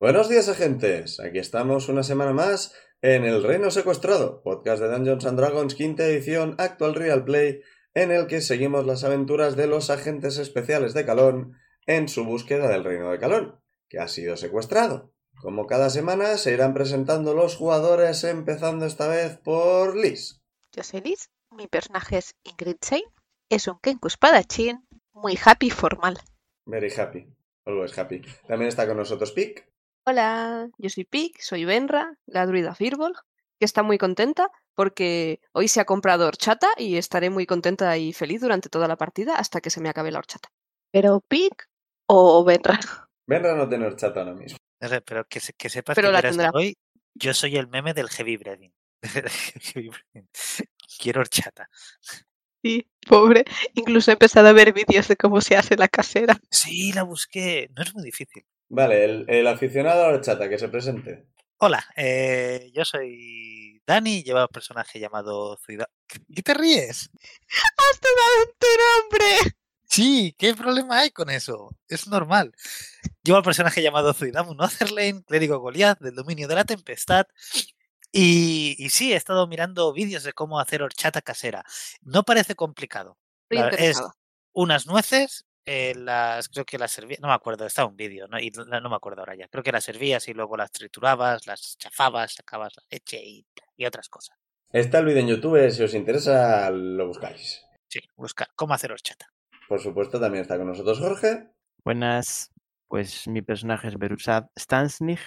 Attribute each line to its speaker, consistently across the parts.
Speaker 1: Buenos días, agentes. Aquí estamos una semana más en El Reino Secuestrado, podcast de Dungeons and Dragons, quinta edición, actual Real Play, en el que seguimos las aventuras de los agentes especiales de Calón en su búsqueda del Reino de Calón, que ha sido secuestrado. Como cada semana, se irán presentando los jugadores, empezando esta vez por Liz.
Speaker 2: Yo soy Liz, mi personaje es Ingrid Shane, es un Kenku espadachín, muy happy y formal.
Speaker 1: Very happy. Always happy. También está con nosotros Pic.
Speaker 3: Hola, yo soy Pic, soy Benra, la druida Firbolg, que está muy contenta porque hoy se ha comprado horchata y estaré muy contenta y feliz durante toda la partida hasta que se me acabe la horchata.
Speaker 2: ¿Pero Pic o Benra?
Speaker 1: Benra no tiene horchata ahora mismo.
Speaker 4: O sea, Pero que, se- que sepas
Speaker 3: Pero
Speaker 4: que
Speaker 3: la
Speaker 4: verás
Speaker 3: tendrá.
Speaker 4: hoy yo soy el meme del heavy breathing. Heavy breathing. Quiero horchata.
Speaker 2: Sí, pobre. Incluso he empezado a ver vídeos de cómo se hace la casera.
Speaker 4: Sí, la busqué. No es muy difícil.
Speaker 1: Vale, el, el aficionado a la horchata, que se presente.
Speaker 4: Hola, eh, yo soy Dani, lleva un personaje llamado Zuida. ¿Qué te ríes?
Speaker 2: ¡Has dado un hombre!
Speaker 4: Sí, ¿qué problema hay con eso? Es normal. Lleva un personaje llamado Zuidamu Notherlane, clérigo Goliath, del dominio de la tempestad. Y, y sí, he estado mirando vídeos de cómo hacer horchata casera. No parece complicado.
Speaker 3: Estoy
Speaker 4: Claro, es-
Speaker 3: interesada.
Speaker 4: unas nueces, eh, las creo que las servías, no me acuerdo, estaba un vídeo, no, y no no me acuerdo ahora ya. Creo que las servías y luego las triturabas, las chafabas, sacabas la leche y, y otras cosas.
Speaker 1: Está el vídeo en YouTube, si os interesa, lo buscáis.
Speaker 4: Sí, buscar cómo hacer horchata.
Speaker 1: Por supuesto, también está con nosotros Jorge.
Speaker 5: Buenas, pues mi personaje es Berusad Stansnig,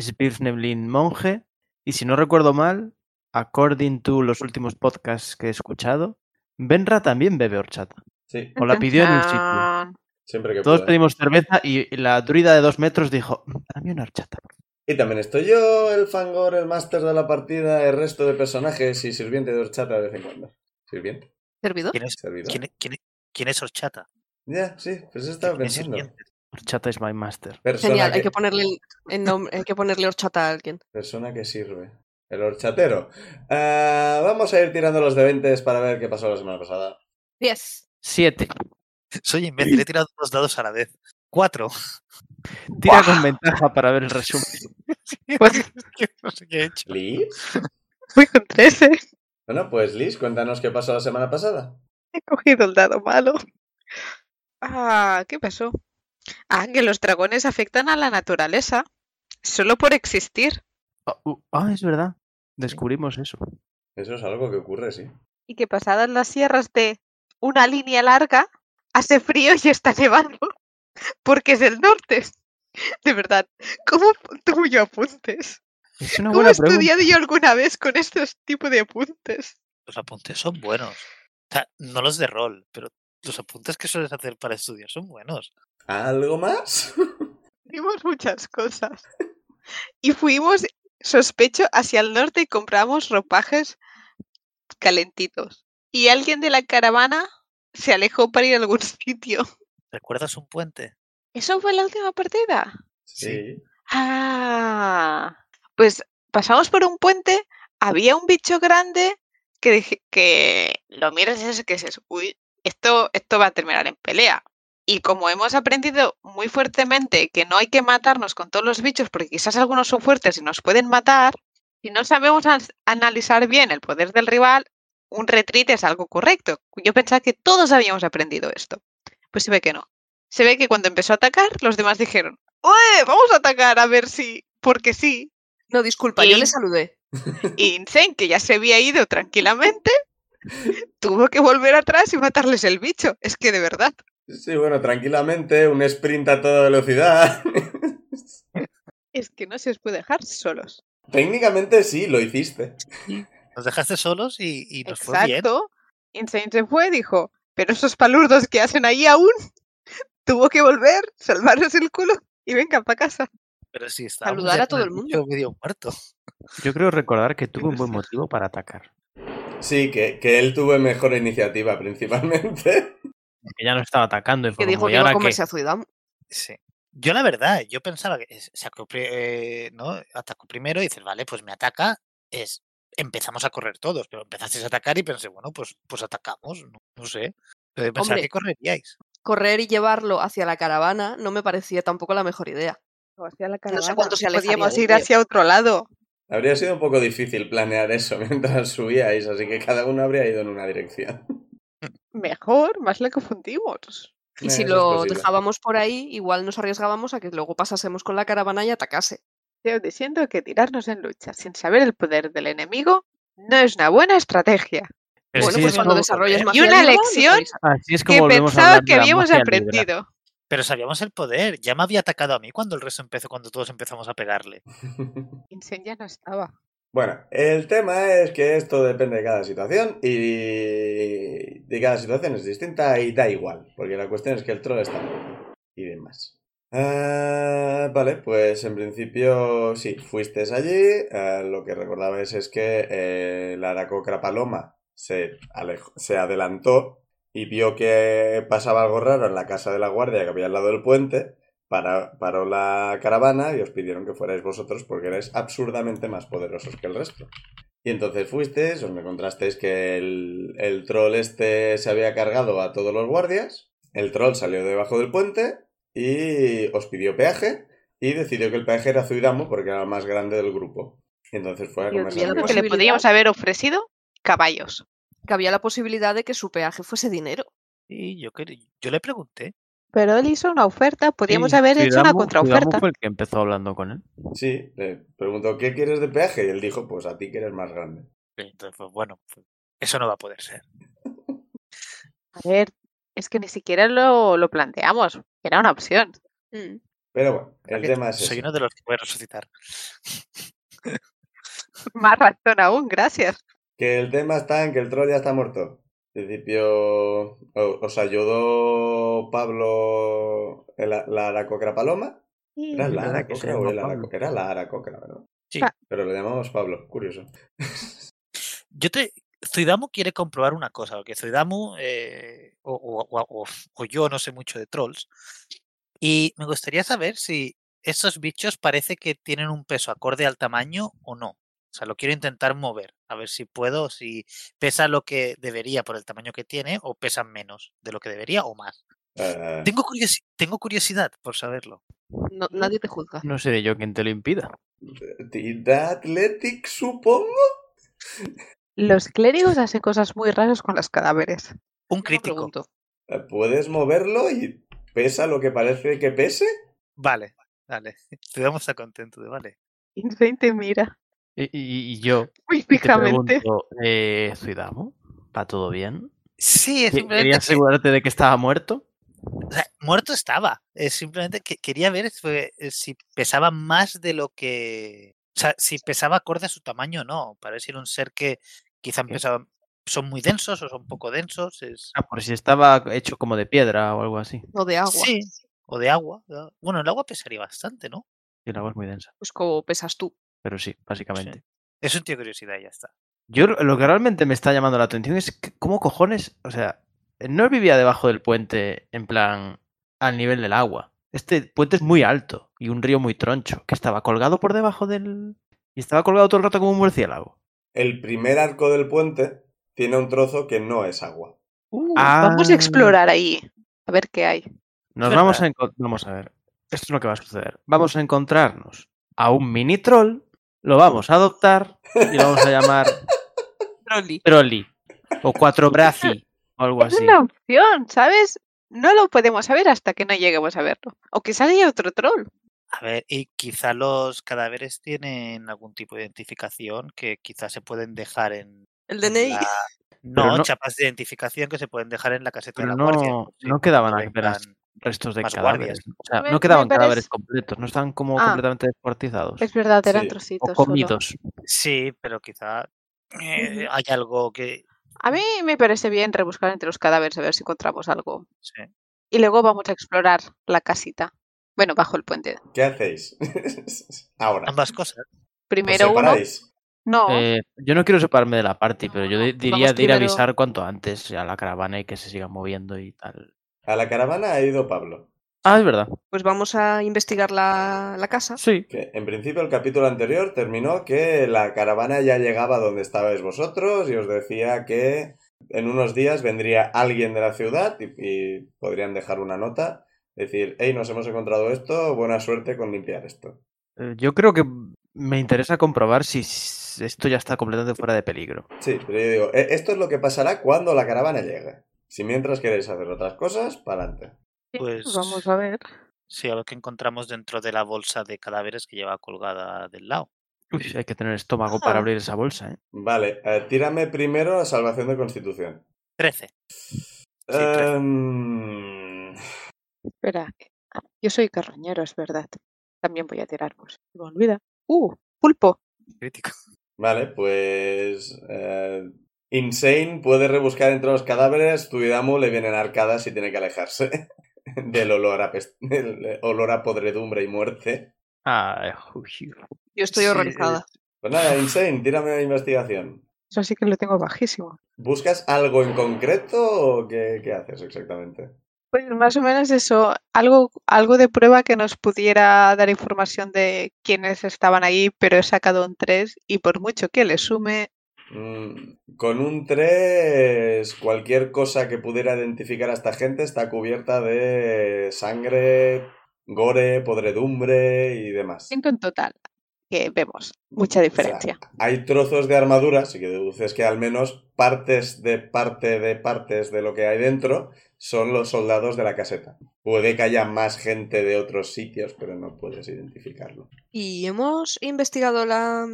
Speaker 5: Spirfneblin monje, y si no recuerdo mal, according to los últimos podcasts que he escuchado, Benra también bebe horchata.
Speaker 1: Sí,
Speaker 5: O la pidió en un
Speaker 3: Ah,
Speaker 5: sitio.
Speaker 1: siempre que
Speaker 5: Todos
Speaker 1: pueda.
Speaker 5: pedimos cerveza y la druida de dos metros dijo, dame una horchata.
Speaker 1: Y también estoy yo, el Fangor, el máster de la partida, el resto de personajes y sirviente de horchata de vez en cuando. Sirviente,
Speaker 3: ¿Servidor?
Speaker 4: ¿Quién es,
Speaker 1: servidor.
Speaker 4: quién, es- quién es- quién es horchata?
Speaker 1: Ya, sí, pues estaba
Speaker 4: ¿Quién es
Speaker 1: pensando.
Speaker 4: sirviente?
Speaker 5: Horchata es my master.
Speaker 1: Persona,
Speaker 3: Genial,
Speaker 1: que,
Speaker 3: hay que ponerle, el- el nom- hay que ponerle horchata a alguien.
Speaker 1: persona que sirve. El horchatero. Ah, vamos a ir tirando los de 20 para ver qué pasó la semana pasada.
Speaker 3: 10.
Speaker 5: Siete.
Speaker 4: Soy imbécil, he tirado dos dados a la vez. Cuatro.
Speaker 5: Tira con ventaja para ver el resumen.
Speaker 4: no sé qué he hecho.
Speaker 1: ¿Liz?
Speaker 2: Voy Pues, con 13.
Speaker 1: Bueno, pues Liz, cuéntanos qué pasó la semana pasada.
Speaker 2: He cogido el dado malo. Ah, ¿qué pasó? Ah, que los dragones afectan a la naturaleza. Solo por existir.
Speaker 5: Ah, uh, ah, es verdad. Descubrimos eso.
Speaker 1: Eso es algo que ocurre, sí.
Speaker 2: Y que pasadas las sierras de una línea larga, hace frío y está nevando. Porque es el norte. De verdad, ¿cómo tuve yo apuntes?
Speaker 5: Es una
Speaker 2: ¿Cómo
Speaker 5: buena
Speaker 2: he
Speaker 5: pregunta.
Speaker 2: estudiado yo alguna vez con este tipo de apuntes?
Speaker 4: Los apuntes son buenos. O sea, no los de rol, pero los apuntes que sueles hacer para estudiar son buenos.
Speaker 1: ¿Algo más?
Speaker 2: Vimos muchas cosas. Y fuimos, sospecho, hacia el norte y compramos ropajes calentitos. Y alguien de la caravana se alejó para ir a algún sitio.
Speaker 4: ¿Recuerdas un puente?
Speaker 2: ¿Eso fue la última partida?
Speaker 1: Sí.
Speaker 2: Ah, pues pasamos por un puente, había un bicho grande que dije que lo miras y es que dices, uy, esto, esto va a terminar en pelea. Y como hemos aprendido muy fuertemente que no hay que matarnos con todos los bichos porque quizás algunos son fuertes y nos pueden matar, si no sabemos as- analizar bien el poder del rival, un retreat es algo correcto. Yo pensaba que todos habíamos aprendido esto. Pues se ve que no. Se ve que cuando empezó a atacar, los demás dijeron, ¡Oye! Vamos a atacar a ver si. Porque sí.
Speaker 3: No, disculpa, yo
Speaker 2: Y-
Speaker 3: le saludé.
Speaker 2: Y Insane, que ya se había ido tranquilamente, tuvo que volver atrás y matarles el bicho. Es que de verdad.
Speaker 1: Sí, bueno, tranquilamente, un sprint a toda velocidad.
Speaker 2: Es que no se os puede dejar solos.
Speaker 1: Técnicamente sí, lo hiciste.
Speaker 4: Nos dejaste solos y, y nos fue bien.
Speaker 2: Exacto. Insane se fue, dijo. Pero esos palurdos que hacen ahí aún tuvo que volver, salvarnos el culo y venga para casa.
Speaker 4: Pero sí, estábamos
Speaker 3: Saludar
Speaker 4: ya
Speaker 3: a todo
Speaker 4: con
Speaker 3: el mundo.
Speaker 4: bicho medio muerto.
Speaker 5: Yo creo recordar que tuvo un buen motivo para atacar.
Speaker 1: Sí, que, que él tuvo mejor iniciativa principalmente.
Speaker 5: Porque ya no estaba atacando y fue
Speaker 3: Que dijo
Speaker 5: como, "¿Y
Speaker 3: que iba a
Speaker 5: ahora qué?".
Speaker 3: comerse a Zuidam.
Speaker 4: Sí. Yo la verdad, yo pensaba que es- sacó, pri- eh, ¿no? atacó primero y dices, vale, pues me ataca, es empezamos a correr todos, pero empezasteis a atacar y pensé, bueno, pues, pues atacamos, no, no sé. Pero pensaba
Speaker 3: Hombre.
Speaker 4: que correríais.
Speaker 3: Correr y llevarlo hacia la caravana no me parecía tampoco la mejor idea.
Speaker 2: No sé
Speaker 3: caravana.
Speaker 2: cuánto se
Speaker 3: Podíamos
Speaker 2: Podíamos
Speaker 3: ir
Speaker 2: ir hacia otro lado.
Speaker 1: Habría sido un poco difícil planear eso mientras subíais, así que cada uno habría ido en una dirección.
Speaker 2: Mejor, más le confundimos.
Speaker 3: Y si
Speaker 1: Eh, eso es
Speaker 3: lo
Speaker 1: posible.
Speaker 3: dejábamos por ahí, igual nos arriesgábamos a que luego pasásemos con la caravana y atacase.
Speaker 2: Yo diciendo que tirarnos en lucha sin saber el poder del enemigo no es una buena estrategia.
Speaker 5: Pero
Speaker 3: bueno,
Speaker 5: sí,
Speaker 3: pues
Speaker 5: es
Speaker 3: cuando
Speaker 5: como-
Speaker 4: ¿eh?
Speaker 3: desarrolles
Speaker 2: Y
Speaker 3: magia
Speaker 2: una
Speaker 3: libre, nos
Speaker 2: lección
Speaker 3: avisa.
Speaker 5: Así es como
Speaker 2: Que
Speaker 5: volvemos a
Speaker 2: pensaba
Speaker 5: hablar de
Speaker 2: que
Speaker 5: la
Speaker 2: habíamos
Speaker 5: magia negra.
Speaker 2: aprendido.
Speaker 4: Pero sabíamos el poder, ya me había atacado a mí cuando el resto empezó, cuando todos empezamos a pegarle.
Speaker 2: Insane ya no estaba.
Speaker 1: Bueno, el tema es que esto depende de cada situación y de cada situación es distinta y da igual, porque la cuestión es que el troll está muerto y demás. Ah, vale, pues en principio sí, fuisteis allí, ah, lo que recordabais es que eh, la aracocra paloma se, alejó- se adelantó y vio que pasaba algo raro en la casa de la guardia que había al lado del puente, para, paró la caravana y os pidieron que fuerais vosotros porque erais absurdamente más poderosos que el resto. Y entonces fuisteis, os me encontrasteis que el, el troll este se había cargado a todos los guardias, el troll salió debajo del puente y os pidió peaje y decidió que el peaje era Zuidamo porque era el más grande del grupo. Y entonces fue a
Speaker 3: Y
Speaker 1: comerse
Speaker 3: odiaba
Speaker 1: amigos.
Speaker 2: Que le
Speaker 3: posibilidad.
Speaker 2: podríamos haber ofrecido caballos.
Speaker 3: Que había la posibilidad de que su peaje fuese dinero.
Speaker 4: Y yo, quer- yo le pregunté,
Speaker 2: Pero él hizo una oferta, podíamos
Speaker 5: Sí,
Speaker 2: haber hecho una
Speaker 5: Zuidamu-
Speaker 2: contraoferta.
Speaker 5: Zuidamu fue el que empezó hablando con él.
Speaker 1: Sí, le preguntó, ¿qué quieres de peaje? Y él dijo, pues a ti que eres más grande.
Speaker 4: eh, entonces, pues bueno, pues, eso no va a poder ser.
Speaker 2: A ver, es que ni siquiera lo, lo planteamos. Era una opción.
Speaker 3: Mm.
Speaker 1: Pero bueno, el
Speaker 4: Que
Speaker 1: tema es
Speaker 4: Soy
Speaker 1: ese.
Speaker 4: uno de los que voy a resucitar.
Speaker 2: Más razón aún, gracias.
Speaker 1: Que el tema está en que el troll ya está muerto. En principio, o- os ayudó Pablo, el- la aracocra paloma. ¿Era la
Speaker 5: ¿verdad que se
Speaker 1: aracocra o
Speaker 5: llama
Speaker 1: el
Speaker 5: Pablo?
Speaker 1: araco- Era la aracocra, ¿verdad?
Speaker 4: Sí.
Speaker 2: Ah.
Speaker 1: Pero le llamamos Pablo, curioso.
Speaker 4: Yo te. Zuidamu quiere comprobar una cosa, porque Zuidamu eh, o, o- o- o- o yo no sé mucho de trolls. Y me gustaría saber si esos bichos parece que tienen un peso acorde al tamaño o no. O sea, lo quiero intentar mover, a ver si puedo, si pesa lo que debería por el tamaño que tiene, o pesan menos de lo que debería o más.
Speaker 1: Eh,
Speaker 4: Tengo, curiosi- tengo curiosidad por saberlo.
Speaker 3: No- nadie te juzga.
Speaker 5: No seré yo quien te lo impida.
Speaker 1: Tira Athletic, supongo.
Speaker 2: Los clérigos hacen cosas muy raras con los cadáveres.
Speaker 4: Un
Speaker 3: Yo no
Speaker 4: crítico.
Speaker 3: pregunto.
Speaker 1: Eh, ¿Puedes moverlo y pesa lo que parece que pese?
Speaker 4: Vale, vale. Zuidamu está contento de vale.
Speaker 2: Insane te mira
Speaker 5: Y, y- y yo
Speaker 2: muy
Speaker 5: y te
Speaker 2: fijamente.
Speaker 5: pregunto, eh, Zuidamu, ¿va todo bien?
Speaker 4: Sí, es
Speaker 5: ¿Que- ¿Querías
Speaker 4: simplemente que-
Speaker 5: asegurarte de que estaba muerto?
Speaker 4: O sea, muerto estaba. eh, simplemente que quería ver fue, eh, si pesaba más de lo que. O sea, si pesaba acorde a su tamaño o no. Para ver si era un ser que quizá han
Speaker 5: Ok.
Speaker 4: pesado- Son muy densos o son poco densos. Es...
Speaker 5: Ah, por si estaba hecho como de piedra o algo así.
Speaker 3: No de agua.
Speaker 4: Sí. O de agua. ¿no? Bueno, el agua pesaría bastante, ¿no?
Speaker 5: Y la agua es muy densa,
Speaker 3: Pues como pesas tú.
Speaker 5: pero sí, básicamente.
Speaker 4: Es un tío curiosidad y ya está.
Speaker 5: Yo lo lo que realmente me está llamando la atención es que, cómo cojones, o sea, no vivía debajo del puente en plan al nivel del agua. Este puente es muy alto y un río muy troncho, que estaba colgado por debajo del... Y estaba colgado todo el rato como un murciélago.
Speaker 1: El primer arco del puente tiene un trozo que no es agua.
Speaker 2: Vamos a
Speaker 5: Ah.
Speaker 2: explorar ahí. A ver qué hay.
Speaker 5: Nos
Speaker 4: Es
Speaker 5: vamos a
Speaker 4: verdad.
Speaker 5: encontrar. Vamos a ver. Esto es lo que va a suceder. Vamos a encontrarnos a un mini troll, lo vamos a adoptar y lo vamos a llamar
Speaker 3: Trolli.
Speaker 5: Trolli o Cuatro Brazi o algo
Speaker 2: Es
Speaker 5: así.
Speaker 2: una opción, ¿sabes? No lo podemos saber hasta que no lleguemos a verlo. O quizás haya otro troll.
Speaker 4: A ver, y quizá los cadáveres tienen algún tipo de identificación que quizá se pueden dejar en.
Speaker 3: El
Speaker 4: en
Speaker 3: DNI.
Speaker 4: la-
Speaker 5: Pero
Speaker 4: No,
Speaker 5: no-
Speaker 4: chapas de identificación que se pueden dejar en la caseta
Speaker 5: Pero
Speaker 4: de la guardia.
Speaker 5: no-
Speaker 4: por si
Speaker 5: no quedaban
Speaker 4: cuando
Speaker 5: apenas
Speaker 4: vengan-
Speaker 5: Restos de
Speaker 4: Más
Speaker 5: cadáveres.
Speaker 4: guardias.
Speaker 5: O sea,
Speaker 2: Me-
Speaker 5: no
Speaker 2: me
Speaker 5: quedaban
Speaker 2: parece-
Speaker 5: cadáveres completos, no estaban como
Speaker 2: Ah.
Speaker 5: completamente desportizados.
Speaker 2: Es verdad, eran
Speaker 1: Sí.
Speaker 2: trocitos.
Speaker 5: O
Speaker 2: solo.
Speaker 5: comidos.
Speaker 4: Sí, pero quizá eh, hay algo que...
Speaker 2: A mí me parece bien rebuscar entre los cadáveres a ver si encontramos algo.
Speaker 4: sí.
Speaker 2: y luego vamos a explorar la casita. Bueno, bajo el puente.
Speaker 5: Pues
Speaker 1: ¿Qué hacéis? Ahora.
Speaker 4: Ambas cosas.
Speaker 1: ¿Os
Speaker 2: Primero uno.
Speaker 1: separáis?
Speaker 2: No,
Speaker 5: Eh, yo no quiero separarme de la party, pero yo di-
Speaker 2: pues
Speaker 3: Vamos
Speaker 5: diría de ir a
Speaker 3: primero-
Speaker 5: avisar cuanto antes a la caravana y que se siga moviendo y tal.
Speaker 1: A la caravana ha ido Pablo.
Speaker 5: Ah, es verdad.
Speaker 3: Pues vamos a investigar la, la casa.
Speaker 5: Sí.
Speaker 1: Que en principio el capítulo anterior terminó que la caravana ya llegaba donde estabais vosotros y os decía que en unos días vendría alguien de la ciudad y, y podrían dejar una nota, decir, hey, nos hemos encontrado esto, buena suerte con limpiar esto.
Speaker 5: Eh, Yo creo que me interesa comprobar si s- esto ya está completamente fuera de peligro.
Speaker 1: Sí, pero yo digo, "E- esto es lo que pasará cuando la caravana llegue. Si mientras queréis hacer otras cosas, para adelante.
Speaker 4: Pues
Speaker 2: vamos a ver.
Speaker 4: sí, a lo que encontramos dentro de la bolsa de cadáveres que lleva colgada del lado.
Speaker 5: Uy, hay que tener estómago para
Speaker 3: Ah.
Speaker 5: abrir esa bolsa, ¿eh?
Speaker 1: Vale, eh, tírame primero a salvación de constitución.
Speaker 4: 13. Sí, trece.
Speaker 1: Em,
Speaker 2: Espera. Yo soy carroñero, es verdad. También voy a tirar, pues. Se me olvida. Uh, pulpo.
Speaker 4: Crítico.
Speaker 1: Vale, pues. eh, Insane puede rebuscar entre los cadáveres. Tuidamu le vienen arcadas y tiene que alejarse del olor a, pest- del olor a podredumbre y muerte.
Speaker 5: Ah, uy,
Speaker 3: Yo estoy
Speaker 5: Sí,
Speaker 3: horrorizada.
Speaker 1: Pues nada, Insane, tírame la investigación.
Speaker 2: Eso sí que lo tengo bajísimo.
Speaker 1: ¿Buscas algo en concreto o qué, qué haces exactamente?
Speaker 2: Pues más o menos eso. Algo, algo de prueba que nos pudiera dar información de quiénes estaban ahí, pero he sacado un 3 y por mucho que le sume,
Speaker 1: Mm, con un 3, cualquier cosa que pudiera identificar a esta gente está cubierta de sangre, gore, podredumbre y demás.
Speaker 2: 5 en total. Que vemos mucha
Speaker 1: O sea,
Speaker 2: diferencia.
Speaker 1: hay trozos de armadura, así que deduces que al menos partes de parte de partes de lo que hay dentro son los soldados de la caseta. Puede que haya más gente de otros sitios, pero no puedes identificarlo.
Speaker 3: Y hemos investigado la,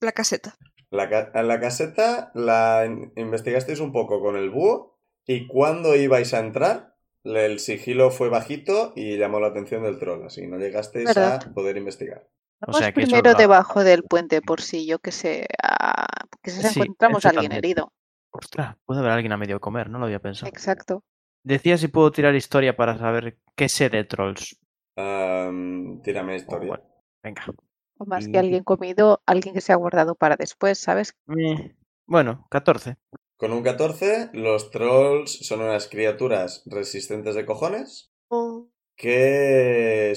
Speaker 3: la caseta.
Speaker 1: La, ca- la caseta la in- investigasteis un poco con el búho y cuando ibais a entrar, le- el sigilo fue bajito y llamó la atención del troll, así no llegasteis
Speaker 2: ¿Verdad?
Speaker 1: a poder investigar.
Speaker 5: O
Speaker 2: Vamos
Speaker 5: sea que eso
Speaker 2: primero
Speaker 5: lo-
Speaker 2: debajo del puente por si yo que sé, ah, que si
Speaker 5: Sí,
Speaker 2: encontramos
Speaker 5: eso
Speaker 2: a alguien
Speaker 5: también.
Speaker 2: herido.
Speaker 5: Ostras, puede haber alguien a medio comer, no lo había pensado.
Speaker 2: Exacto.
Speaker 5: Decía si puedo tirar historia para saber qué sé de trolls.
Speaker 1: Am, tírame
Speaker 5: Oh,
Speaker 1: historia.
Speaker 5: bueno, venga.
Speaker 2: O más
Speaker 5: Y-
Speaker 2: que alguien comido, alguien que se ha guardado para después, ¿sabes?
Speaker 5: Eh, Bueno, 14.
Speaker 1: Con un 14, los trolls son unas criaturas resistentes de cojones
Speaker 3: Oh,
Speaker 1: que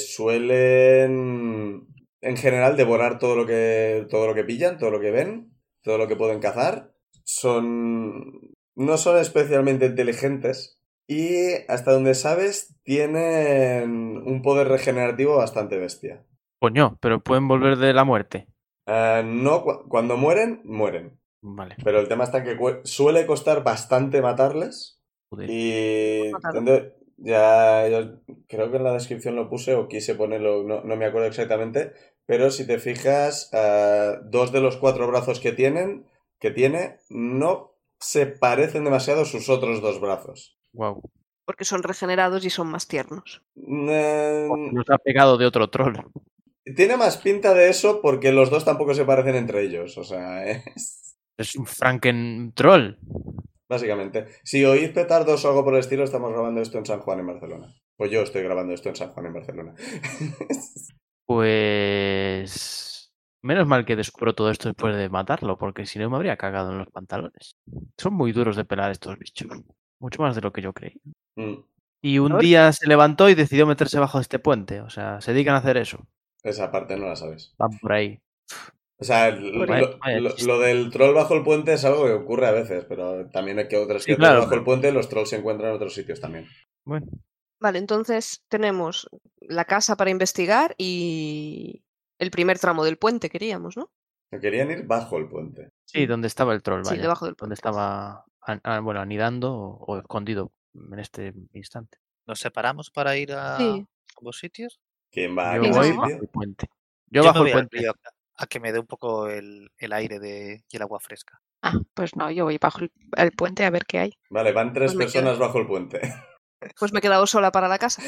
Speaker 1: suelen en general devorar todo lo que todo lo que pillan, todo lo que ven, todo lo que pueden cazar. Son no son especialmente inteligentes y hasta donde sabes tienen un poder regenerativo bastante bestia.
Speaker 5: Coño, pero pueden volver de la muerte.
Speaker 1: Eh, no cu- cuando mueren mueren,
Speaker 5: Vale.
Speaker 1: pero el tema está en que cue- suele costar bastante matarles.
Speaker 5: joder.
Speaker 1: Y
Speaker 3: Hemos matado.
Speaker 1: tendré- ya yo creo que en la descripción lo puse o quise ponerlo, no, no me acuerdo exactamente, pero si te fijas, eh, dos de los cuatro brazos que tienen, que tiene, no se parecen demasiado a sus otros dos brazos.
Speaker 5: Guau.
Speaker 3: porque son regenerados y son más tiernos.
Speaker 1: Eh,
Speaker 5: Nos ha pegado de otro troll.
Speaker 1: tiene más pinta de eso porque los dos tampoco se parecen entre ellos, o sea, es-
Speaker 5: Es un Franken troll.
Speaker 1: básicamente. Si oís petardos o algo por el estilo, estamos grabando esto en San Juan, en Barcelona. Pues yo estoy grabando esto en San Juan, en Barcelona.
Speaker 5: Pues. Menos mal que descubro todo esto después de matarlo, porque si no me habría cagado en los pantalones. Son muy duros de pelar estos bichos. Mucho más de lo que yo creí.
Speaker 1: Mm,
Speaker 5: Y un
Speaker 3: Troll.
Speaker 5: día se levantó y decidió meterse bajo este puente. O sea, se dedican a hacer eso.
Speaker 1: esa parte no la sabes.
Speaker 5: Van por ahí.
Speaker 1: O sea, el-
Speaker 5: Por
Speaker 1: lo,
Speaker 5: ahí, vaya
Speaker 1: lo-
Speaker 5: chiste.
Speaker 1: lo del troll bajo el puente es algo que ocurre a veces, pero también hay que otras
Speaker 5: Sí,
Speaker 1: que troll
Speaker 5: claro,
Speaker 1: bajo
Speaker 5: pero-
Speaker 1: el puente los trolls se encuentran en otros sitios también.
Speaker 5: Bueno,
Speaker 3: Vale, entonces tenemos la casa para investigar y el primer tramo del puente queríamos, ¿no?
Speaker 1: No querían ir bajo el puente.
Speaker 5: sí, donde estaba el troll,
Speaker 3: Sí,
Speaker 5: vaya.
Speaker 3: debajo del
Speaker 5: Donde
Speaker 3: puente.
Speaker 5: estaba, an- ah, bueno, anidando o, o escondido en este instante.
Speaker 4: ¿Nos separamos para ir a
Speaker 3: Sí.
Speaker 4: ambos sitios?
Speaker 1: ¿Quién va
Speaker 5: Yo
Speaker 1: a cada
Speaker 5: voy
Speaker 3: no.
Speaker 5: bajo
Speaker 1: sitio?
Speaker 5: el puente. Yo,
Speaker 4: me
Speaker 5: bajo el
Speaker 4: voy al
Speaker 5: puente.
Speaker 4: río a, a que me dé un poco el, el aire de, y el agua fresca.
Speaker 2: Ah, pues no, yo voy bajo el, el puente a ver qué hay.
Speaker 1: Vale, van tres
Speaker 3: Pues me
Speaker 1: personas bajo el puente.
Speaker 3: Pues me he quedado sola para la casa.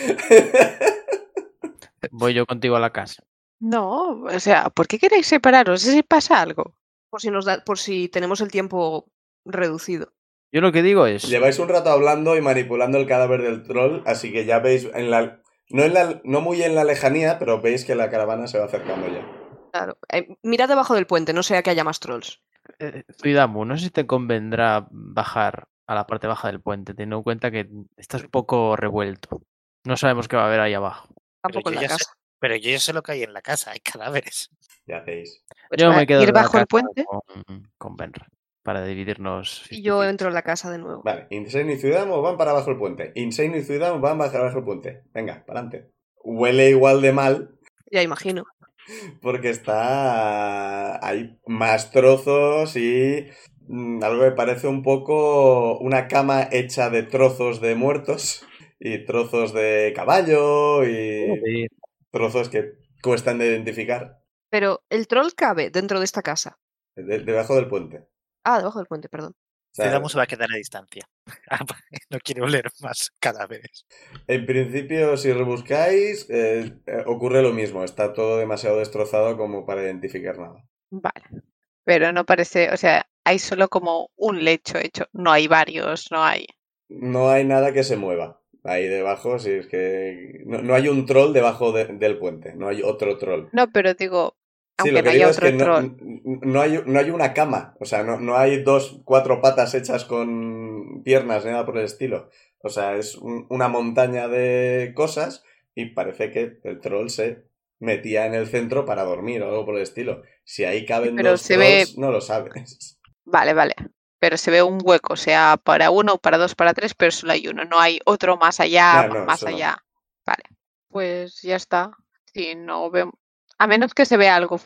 Speaker 5: Voy yo contigo a la casa.
Speaker 2: No, o sea, ¿por qué queréis separaros? Si pasa algo.
Speaker 3: Por si nos da, por si tenemos el tiempo reducido.
Speaker 5: Yo lo que digo es.
Speaker 1: Lleváis un rato hablando y manipulando el cadáver del troll, así que ya veis en la no en la no muy en la lejanía, pero veis que la caravana se va acercando ya.
Speaker 3: Claro. Eh, mirad debajo del puente, no sea que haya más trolls.
Speaker 5: eh, Zuidamu, no sé si te convendrá bajar a la parte baja del puente, teniendo en cuenta que estás un poco revuelto. No sabemos qué va a haber ahí abajo.
Speaker 3: Tampoco en
Speaker 4: yo
Speaker 3: la
Speaker 4: ya sé-
Speaker 3: casa.
Speaker 4: Pero yo ya sé lo que hay en la casa, hay cadáveres.
Speaker 1: ¿Qué hacéis?
Speaker 3: Pues
Speaker 5: Yo
Speaker 3: va,
Speaker 5: me quedo
Speaker 3: ir
Speaker 5: en la
Speaker 3: bajo el
Speaker 5: casa
Speaker 3: puente
Speaker 5: con, con Benra para dividirnos.
Speaker 3: y yo
Speaker 5: 50-50.
Speaker 3: entro en la casa de nuevo.
Speaker 1: Vale, Insane y Ciudadano van para abajo el puente. Insane y Ciudadano van para abajo el puente. Venga, para adelante. Huele igual de mal
Speaker 3: Ya imagino.
Speaker 1: porque está hay más trozos y mm, algo que parece un poco una cama hecha de trozos de muertos y trozos de caballo y
Speaker 5: Joder.
Speaker 1: trozos que cuestan de identificar
Speaker 3: Pero el troll cabe dentro de esta casa.
Speaker 1: de- debajo del puente. O
Speaker 3: Ah, debajo del puente, perdón.
Speaker 1: sea,
Speaker 4: Zuidamu se va a quedar a distancia. Ah, pues, no quiere oler más cadáveres.
Speaker 1: En principio, si rebuscáis, eh, eh, ocurre lo mismo. Está todo demasiado destrozado como para identificar nada.
Speaker 2: Vale. Pero no parece, o sea, hay solo como un lecho hecho. No hay varios, no hay.
Speaker 1: No hay nada que se mueva ahí debajo. Si es que no, no hay un troll debajo de- del puente. No hay otro troll.
Speaker 2: No, pero digo,
Speaker 1: Sí,
Speaker 2: aunque
Speaker 1: lo que
Speaker 2: no haya
Speaker 1: digo es
Speaker 2: otro
Speaker 1: que no,
Speaker 2: troll.
Speaker 1: n- no hay, no hay una cama. O sea, no, no hay dos, cuatro patas hechas con piernas, ni nada por el estilo. O sea, es un- una montaña de cosas y parece que el troll se metía en el centro para dormir o algo por el estilo. Si ahí caben
Speaker 2: Pero
Speaker 1: dos
Speaker 2: se ve-
Speaker 1: trolls, no lo sabes.
Speaker 2: Vale, vale. Pero se ve un hueco, sea para uno, para dos, para tres, pero solo hay uno. No hay otro más allá,
Speaker 1: No, no,
Speaker 2: más
Speaker 1: solo-
Speaker 2: allá. Vale. Pues ya está. Si no vemos. A menos que se vea algo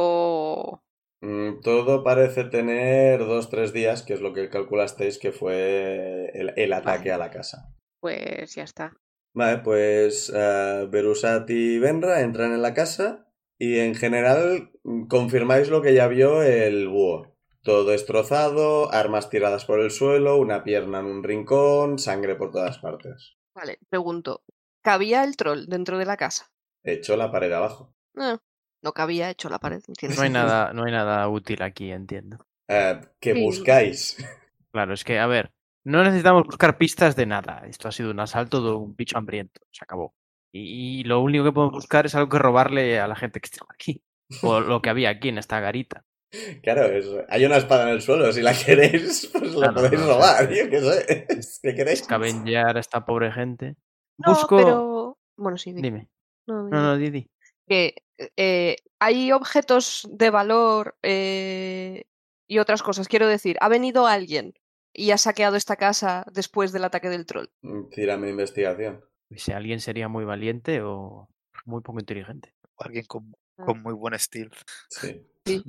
Speaker 2: fresco.
Speaker 1: Mm, Todo parece tener dos, tres días, que es lo que calculasteis que fue el, el ataque a la casa.
Speaker 2: Pues ya está.
Speaker 1: Vale, pues eh, Berusat y Benra entran en la casa y en general mm, confirmáis lo que ya vio el búho. Todo destrozado, armas tiradas por el suelo, una pierna en un rincón, sangre por todas partes.
Speaker 3: Vale, pregunto. ¿Cabía el troll dentro de la casa?
Speaker 1: Hecho la pared abajo.
Speaker 3: Eh, no cabía, he hecho la pared. tiene
Speaker 5: No hay
Speaker 3: sentido.
Speaker 5: nada, no hay nada útil aquí, entiendo.
Speaker 1: Eh, ¿qué
Speaker 3: Sí.
Speaker 1: buscáis?
Speaker 5: Claro, es que, a ver, no necesitamos buscar pistas de nada. Esto ha sido un asalto de un bicho hambriento. Se acabó. Y, y lo único que podemos buscar es algo que robarle a la gente que está aquí. O lo que había aquí en esta garita.
Speaker 1: Claro, es- hay una espada en el suelo, si la queréis, pues la
Speaker 5: Claro,
Speaker 1: podéis
Speaker 5: no,
Speaker 1: robar,
Speaker 5: sí, sí.
Speaker 1: yo qué sé. ¿Qué queréis?
Speaker 5: Escabeñar a esta pobre gente.
Speaker 3: No,
Speaker 5: Busco.
Speaker 3: pero... Bueno, sí, di.
Speaker 5: Dime.
Speaker 3: No, di,
Speaker 5: No,
Speaker 3: di.
Speaker 5: no, Didi.
Speaker 3: que eh, hay objetos de valor eh, y otras cosas. Quiero decir, ha venido alguien y ha saqueado esta casa después del ataque del troll.
Speaker 1: Mm, Tírame investigación.
Speaker 5: Pues Si alguien sería muy valiente o muy poco inteligente.
Speaker 4: O alguien con,
Speaker 3: Ah.
Speaker 4: con muy buen estilo.
Speaker 1: Sí.
Speaker 2: De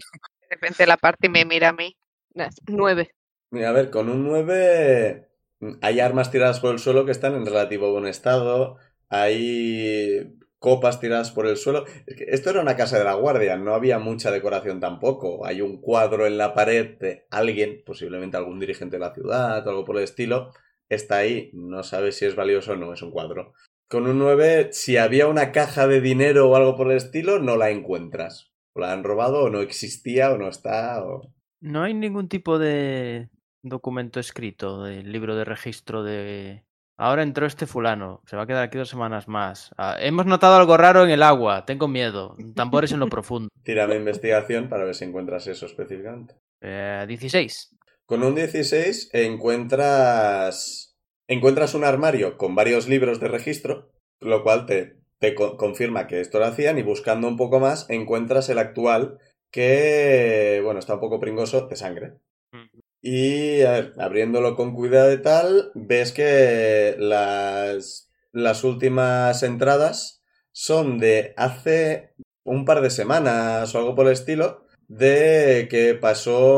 Speaker 2: repente la parte me mira a mí.
Speaker 3: Nah, Nueve.
Speaker 1: Mira, a ver, con un 9 mm, hay armas tiradas por el suelo que están en relativo buen estado, hay copas tiradas por el suelo. Es que Esto era una casa de la guardia, no había mucha decoración tampoco. Hay un cuadro en la pared de alguien, posiblemente algún dirigente de la ciudad o algo por el estilo. Está ahí, no sabes si es valioso o no, es un cuadro. Con un 9, si había una caja de dinero o algo por el estilo, no la encuentras. O la han robado, o no existía, o no está, o...
Speaker 5: No hay ningún tipo de documento escrito del libro de registro de... Ahora entró este fulano, se va a quedar aquí dos semanas más. Ah, hemos notado algo raro en el agua, tengo miedo. Tambores en lo profundo.
Speaker 1: Tírame investigación para ver si encuentras eso específicamente.
Speaker 5: Eh, 16.
Speaker 1: Con un 16 encuentras. Encuentras un armario con varios libros de registro, lo cual te, te co- confirma que esto lo hacían, y buscando un poco más, encuentras el actual, que. Bueno, está un poco pringoso de sangre. Y a ver, abriéndolo con cuidado y tal, ves que las, las últimas entradas son de hace un par de semanas o algo por el estilo, de que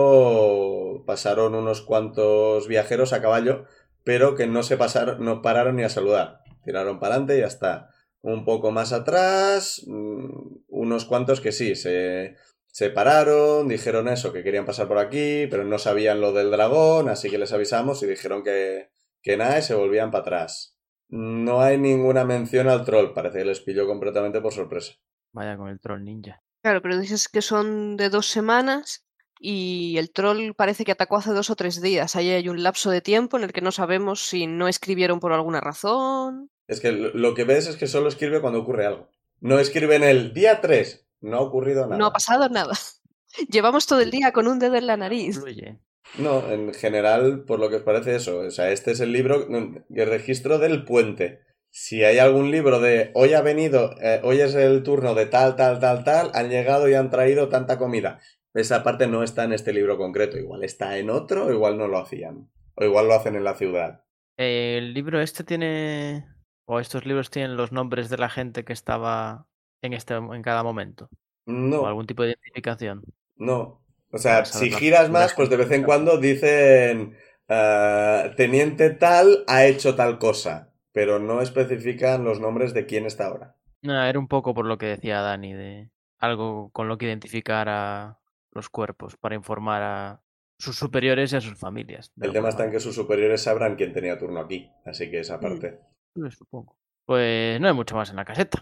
Speaker 1: pasó, pasaron unos cuantos viajeros a caballo, pero que no se pasaron, no pararon ni a saludar. Tiraron para adelante y hasta un poco más atrás, mm, unos cuantos que sí, se, se pararon, dijeron eso, que querían pasar por aquí, pero no sabían lo del dragón, así que les avisamos y dijeron que, que nada y se volvían para atrás. No hay ninguna mención al troll, parece que les pilló completamente por sorpresa.
Speaker 5: Vaya con el troll ninja.
Speaker 3: Claro, pero dices que son de dos semanas y el troll parece que atacó hace dos o tres días. Ahí hay un lapso de tiempo en el que no sabemos si no escribieron por alguna razón.
Speaker 1: Es que lo lo que ves es que solo escribe cuando ocurre algo. No escribe en el día 3. No ha ocurrido nada.
Speaker 3: No ha pasado nada. Llevamos todo el día con un dedo en la nariz.
Speaker 5: Fluye.
Speaker 1: No, en general, por lo que os parece eso. O sea, este es el libro de registro del puente. Si hay algún libro de hoy ha venido, eh, hoy es el turno de tal, tal, tal, tal, han llegado y han traído tanta comida. Esa parte no está en este libro concreto. Igual está en otro, o igual no lo hacían. O igual lo hacen en la ciudad.
Speaker 5: Eh, El libro este tiene. O estos libros tienen los nombres de la gente que estaba en, este, en cada momento. O
Speaker 1: No,
Speaker 5: algún tipo de identificación.
Speaker 1: no. O sea,
Speaker 5: Vamos a ver
Speaker 1: si
Speaker 5: la-
Speaker 1: giras más,
Speaker 5: la-
Speaker 1: pues de vez en cuando dicen eh, teniente tal ha hecho tal cosa. Pero no especifican los nombres de quién está ahora.
Speaker 5: No, Ah, era un poco por lo que decía Dani, de algo con lo que identificar a los cuerpos para informar a sus superiores y a sus familias. de
Speaker 1: El
Speaker 5: alguna
Speaker 1: tema está en que
Speaker 5: manera.
Speaker 1: sus superiores sabrán quién tenía turno aquí, así que
Speaker 5: Mm.
Speaker 1: esa parte.
Speaker 5: Lo supongo. Pues no hay mucho más en la caseta.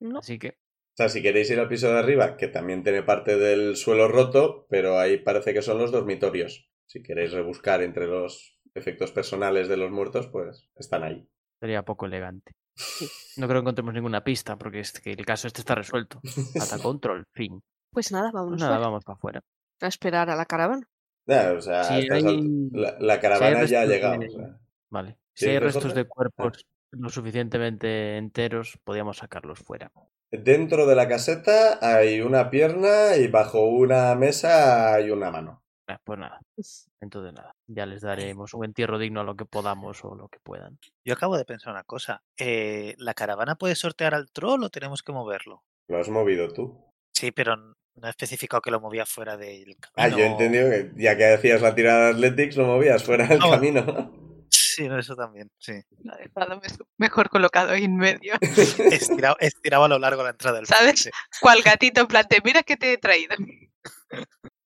Speaker 3: No.
Speaker 5: Así que
Speaker 1: O sea, si queréis ir al piso de arriba, que también tiene parte del suelo roto, pero ahí parece que son los dormitorios. Si queréis rebuscar entre los efectos personales de los muertos, pues están ahí.
Speaker 5: sería poco elegante. No creo que encontremos ninguna pista porque es que el caso este está resuelto. Ata control, fin.
Speaker 3: Pues nada, vámonos
Speaker 5: Nada,
Speaker 3: fuera
Speaker 5: vamos para afuera.
Speaker 3: a esperar a la caravana.
Speaker 1: Ya, o sea,
Speaker 5: Si
Speaker 1: a estas
Speaker 5: hay-
Speaker 1: alt- la, la caravana ya ha
Speaker 5: restos
Speaker 1: llegado.
Speaker 5: de-
Speaker 1: o sea.
Speaker 5: Vale.
Speaker 1: ¿Sí
Speaker 5: Si hay
Speaker 1: hay
Speaker 5: restos
Speaker 1: resorte?
Speaker 5: de cuerpos lo suficientemente enteros, podíamos sacarlos fuera.
Speaker 1: Dentro de la caseta hay una pierna y bajo una mesa hay una mano.
Speaker 5: Ah, Pues nada, entonces nada. Ya les daremos un entierro digno a lo que podamos o lo que puedan.
Speaker 4: Yo acabo de pensar una cosa. Eh, ¿La caravana puede sortear al troll o tenemos que moverlo?
Speaker 1: Lo has movido tú.
Speaker 4: Sí, pero n- no he especificado que lo movía fuera del camino.
Speaker 1: Ah, yo he entendido que ya que hacías la tirada de Athletics, lo movías fuera del
Speaker 4: Ah, bueno.
Speaker 1: camino.
Speaker 4: Sí, no, eso también, sí.
Speaker 2: Lo ha dejado mes- mejor colocado ahí en medio.
Speaker 4: Estirado, estirado a lo largo la entrada del
Speaker 2: ¿Sabes?
Speaker 4: puente.
Speaker 2: Cual gatito en plan, te mira que te he traído.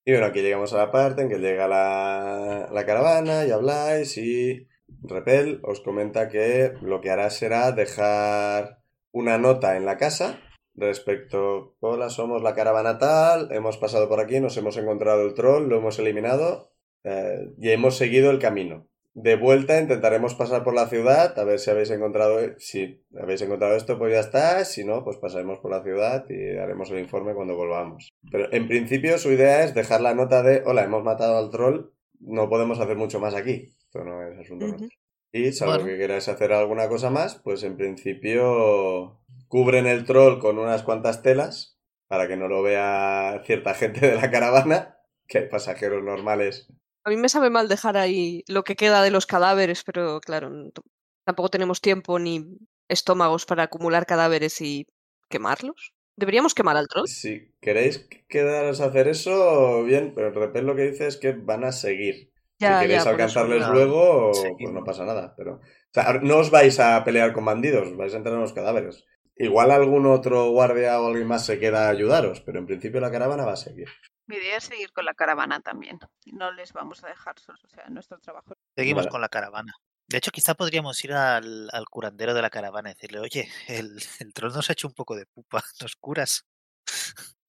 Speaker 1: Y bueno, aquí llegamos a la parte en que llega la, la caravana y habláis y Repel os comenta que lo que hará será dejar una nota en la casa respecto, hola, somos la caravana tal, hemos pasado por aquí, nos hemos encontrado el troll, lo hemos eliminado eh, y hemos seguido el camino. De vuelta intentaremos pasar por la ciudad, a ver si habéis encontrado, si habéis encontrado esto, pues ya está, si no, pues pasaremos por la ciudad y haremos el informe cuando volvamos. Pero en principio su idea es dejar la nota de, hola, hemos matado al troll, no podemos hacer mucho más aquí. Esto no es asunto
Speaker 3: Ujú.
Speaker 1: nuestro. Y salvo
Speaker 4: Bueno.
Speaker 1: que queráis hacer alguna cosa más, pues en principio cubren el troll con unas cuantas telas para que no lo vea cierta gente de la caravana, que hay pasajeros normales.
Speaker 3: A mí me sabe mal dejar ahí lo que queda de los cadáveres, pero claro, n- t- tampoco tenemos tiempo ni estómagos para acumular cadáveres y quemarlos. Deberíamos quemar al troll.
Speaker 1: Si queréis quedaros a hacer eso, bien, pero Repel lo que dice es que van a seguir.
Speaker 3: Ya,
Speaker 1: si queréis
Speaker 3: ya, por eso.
Speaker 1: alcanzarles
Speaker 4: no.
Speaker 1: luego, pues
Speaker 4: Seguimos.
Speaker 1: no pasa nada. Pero, o sea, ahora no os vais a pelear con bandidos, vais a entrar en los cadáveres. Igual algún otro guardia o alguien más se queda a ayudaros, pero en principio la caravana va a seguir.
Speaker 2: Mi idea es seguir con la caravana también. No les vamos a dejar solos. O sea, nuestro trabajo
Speaker 4: Seguimos
Speaker 1: Vale.
Speaker 4: con la caravana. De hecho, quizá podríamos ir al, al curandero de la caravana y decirle, oye, el, el troll nos ha hecho un poco de pupa, nos curas.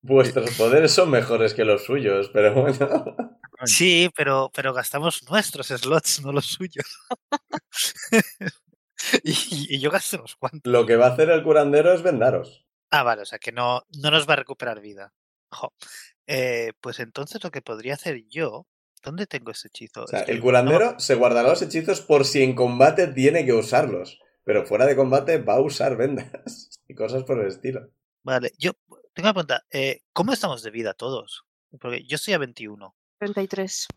Speaker 1: Vuestros poderes son mejores que los suyos, pero bueno.
Speaker 5: Vale.
Speaker 4: Sí, pero, pero gastamos nuestros slots, no los suyos. y, y yo gasto unos cuantos.
Speaker 1: Lo que va a hacer el curandero es vendaros.
Speaker 4: Ah, vale, o sea que no, no nos va a recuperar vida. Jo. Eh, pues entonces lo que podría hacer yo. ¿Dónde tengo ese hechizo?
Speaker 1: O sea,
Speaker 4: Es que
Speaker 1: el
Speaker 4: no
Speaker 1: curandero se guardará los hechizos por si en combate tiene que usarlos. Pero fuera de combate va a usar vendas y cosas por el estilo.
Speaker 4: me- Vale, yo tengo una pregunta. eh, ¿Cómo estamos de vida todos? Porque yo estoy a 21.
Speaker 3: 33.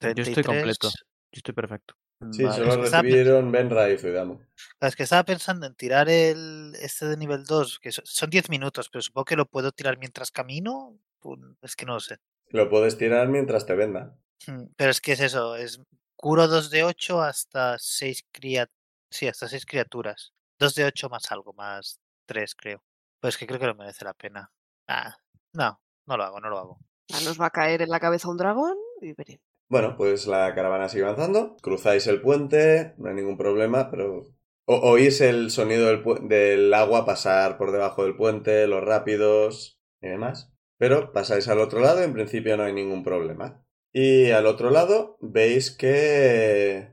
Speaker 5: Yo estoy completo.
Speaker 4: 33,
Speaker 5: Yo estoy perfecto.
Speaker 1: Sí,
Speaker 4: vale, es
Speaker 1: solo
Speaker 4: que estaba pe-
Speaker 1: recibieron Benra y Zuidamo.
Speaker 4: Es que estaba pensando en tirar el este de nivel 2, que so- son 10 minutos, pero supongo que lo puedo tirar mientras camino. pum, Es que no lo sé.
Speaker 1: Lo puedes tirar mientras te vendan.
Speaker 4: Mm, Pero es que es eso, es curo 2 de 8 hasta 6 criaturas. Sí, hasta 6 criaturas. 2 de 8 más algo, más 3 creo. Pues que creo que no merece la pena. Ah, no, no lo hago, no lo hago.
Speaker 3: Ya nos va a caer en la cabeza un dragón y veremos.
Speaker 1: Bueno, pues la caravana sigue avanzando. Cruzáis el puente, no hay ningún problema, pero... o- oís el sonido del, pu- del agua pasar por debajo del puente, los rápidos y demás. Pero pasáis al otro lado y en principio no hay ningún problema. Y al otro lado veis que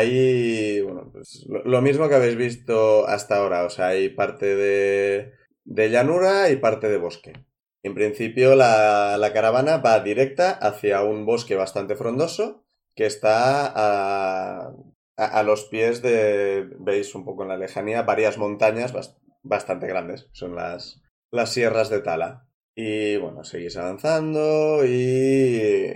Speaker 1: hay, bueno, pues lo, lo mismo que habéis visto hasta ahora, o sea, hay parte de, de llanura y parte de bosque. En principio la, la caravana va directa hacia un bosque bastante frondoso que está a, a, a los pies de, veis un poco en la lejanía, varias montañas bas- bastante grandes. Son las, las sierras de Tala. Y bueno, seguís avanzando y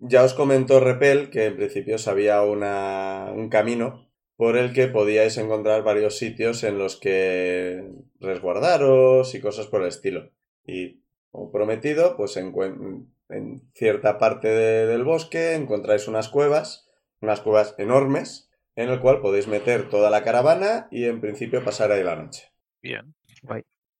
Speaker 1: ya os comentó Repel que en principio sabía una, un camino por el que podíais encontrar varios sitios en los que resguardaros y cosas por el estilo. Y como prometido, pues encuen- en cierta parte de- del bosque encontráis unas cuevas, unas cuevas enormes, en el cual podéis meter toda la caravana y en principio pasar ahí la noche.
Speaker 4: Bien.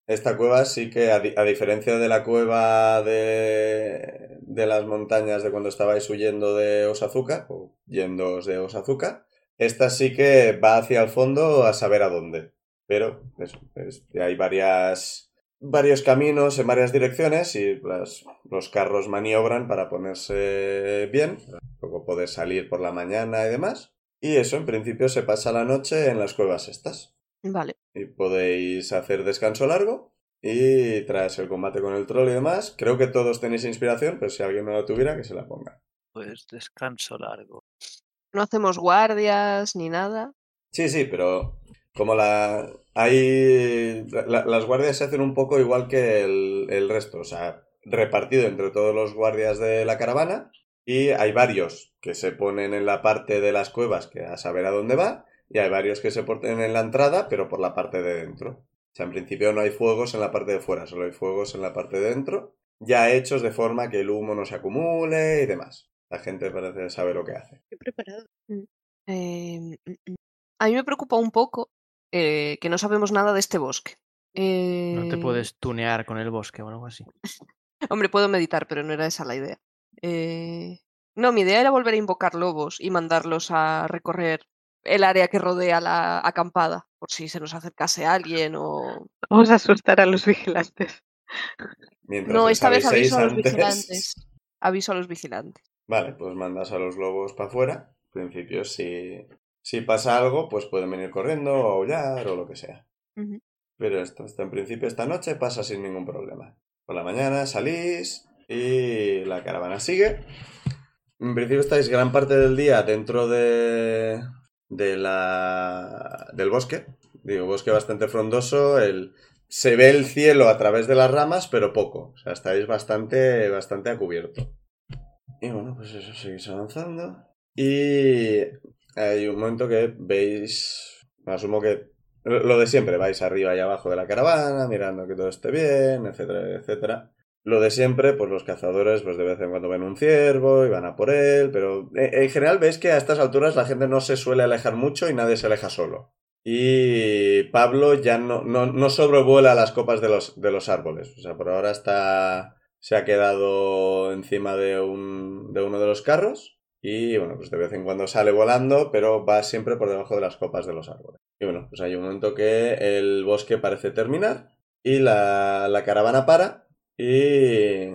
Speaker 1: Esta cueva sí que, a, di- a diferencia de la cueva de, de las montañas de cuando estabais huyendo de Osazuka, o yéndoos de Osazuka, esta sí que va hacia el fondo a saber a dónde. Pero eso, es- hay varias, varios caminos en varias direcciones y las- los carros maniobran para ponerse bien, luego poder salir por la mañana y demás. Y eso en principio se pasa la noche en las cuevas estas.
Speaker 3: Vale.
Speaker 1: Y podéis hacer descanso largo. Y tras el combate con el troll y demás, creo que todos tenéis inspiración, pero si alguien no la tuviera, que se la ponga.
Speaker 4: Pues descanso largo.
Speaker 3: No hacemos guardias ni nada.
Speaker 1: Sí, sí, pero como la. Hay. la- las guardias se hacen un poco igual que el, el resto, o sea, repartido entre todos los guardias de la caravana. Y hay varios que se ponen en la parte de las cuevas, que a saber a dónde va. Y hay varios que se ponen en la entrada, pero por la parte de dentro. O sea, en principio no hay fuegos en la parte de fuera, solo hay fuegos en la parte de dentro, ya hechos de forma que el humo no se acumule y demás. La gente parece saber lo que hace.
Speaker 6: Qué preparado.
Speaker 3: Eh, mm, mm. a mí me preocupa un poco eh, que no sabemos nada de este bosque.
Speaker 5: No te
Speaker 3: Eh,
Speaker 5: puedes tunear con el bosque o algo así.
Speaker 3: Hombre, puedo meditar, pero no era esa la idea. Eh, No, mi idea era volver a invocar lobos y mandarlos a recorrer el área que rodea la acampada, por si se nos acercase alguien o...
Speaker 2: Vamos a asustar a los vigilantes.
Speaker 1: Mientras
Speaker 3: No,
Speaker 1: les
Speaker 3: esta vez
Speaker 1: aviséis
Speaker 3: aviso a los
Speaker 1: antes-
Speaker 3: vigilantes. Aviso a los vigilantes.
Speaker 1: Vale, pues mandas a los lobos para afuera. En principio, si, si pasa algo, pues pueden venir corriendo o aullar o lo que sea.
Speaker 3: Ujú.
Speaker 1: Pero esto, esto en principio esta noche pasa sin ningún problema. Por la mañana salís y la caravana sigue. En principio estáis gran parte del día dentro de, de la, del bosque. Digo, bosque bastante frondoso. El, se ve el cielo a través de las ramas, pero poco. O sea, estáis bastante, bastante a cubierto. Y bueno, pues eso, seguís avanzando. Y hay un momento que veis, asumo que lo de siempre, vais arriba y abajo de la caravana, mirando que todo esté bien, etcétera, etcétera. Lo de siempre, pues los cazadores pues de vez en cuando ven un ciervo y van a por él, pero eh, en general veis que a estas alturas la gente no se suele alejar mucho y nadie se aleja solo. Y Pablo ya no, no, no sobrevuela las copas de los, de los árboles. O sea, por ahora está se ha quedado encima de, un, de uno de los carros y bueno, pues de vez en cuando sale volando, pero va siempre por debajo de las copas de los árboles. Y bueno, pues hay un momento que el bosque parece terminar y la, la caravana para y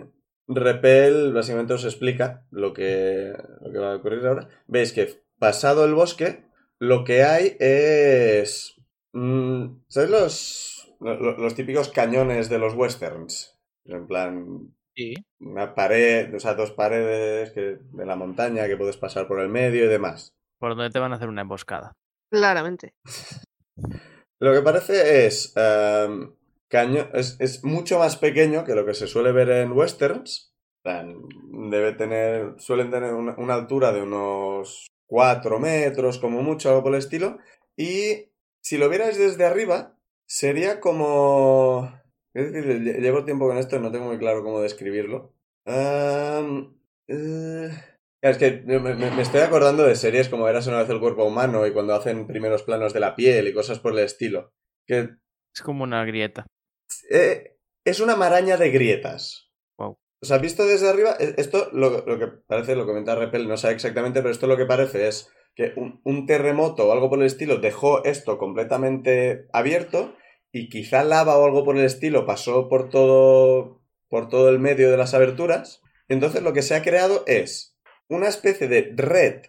Speaker 1: Repel básicamente os explica lo que, lo que va a ocurrir ahora. Veis que pasado el bosque, lo que hay es... mm, ¿Sabéis los, lo- los típicos cañones de los westerns? En plan,
Speaker 4: Sí.
Speaker 1: una pared, o sea, dos paredes que, de la montaña que puedes pasar por el medio y demás.
Speaker 5: Por donde te van a hacer una emboscada.
Speaker 3: Claramente.
Speaker 1: Lo que parece es, em, caño- es, es mucho más pequeño que lo que se suele ver en westerns. En plan, Debe tener, suelen tener una, una altura de unos 4 metros, como mucho, algo por el estilo. Y si lo vierais desde arriba, sería como... Es decir, lle- llevo tiempo con esto y no tengo muy claro cómo describirlo. Em, eh, Es que me, me- me estoy acordando de series como Eras una vez el cuerpo humano y cuando hacen primeros planos de la piel y cosas por el estilo. Que
Speaker 5: Es como una grieta.
Speaker 1: eh, es una maraña de grietas.
Speaker 5: Guau.
Speaker 1: O sea, visto desde arriba, e- esto lo, lo que parece, lo comenta Repel, no sabe exactamente, pero esto lo que parece es que un, un terremoto o algo por el estilo dejó esto completamente abierto y quizá lava o algo por el estilo pasó por todo, por todo el medio de las aberturas. Entonces lo que se ha creado es una especie de red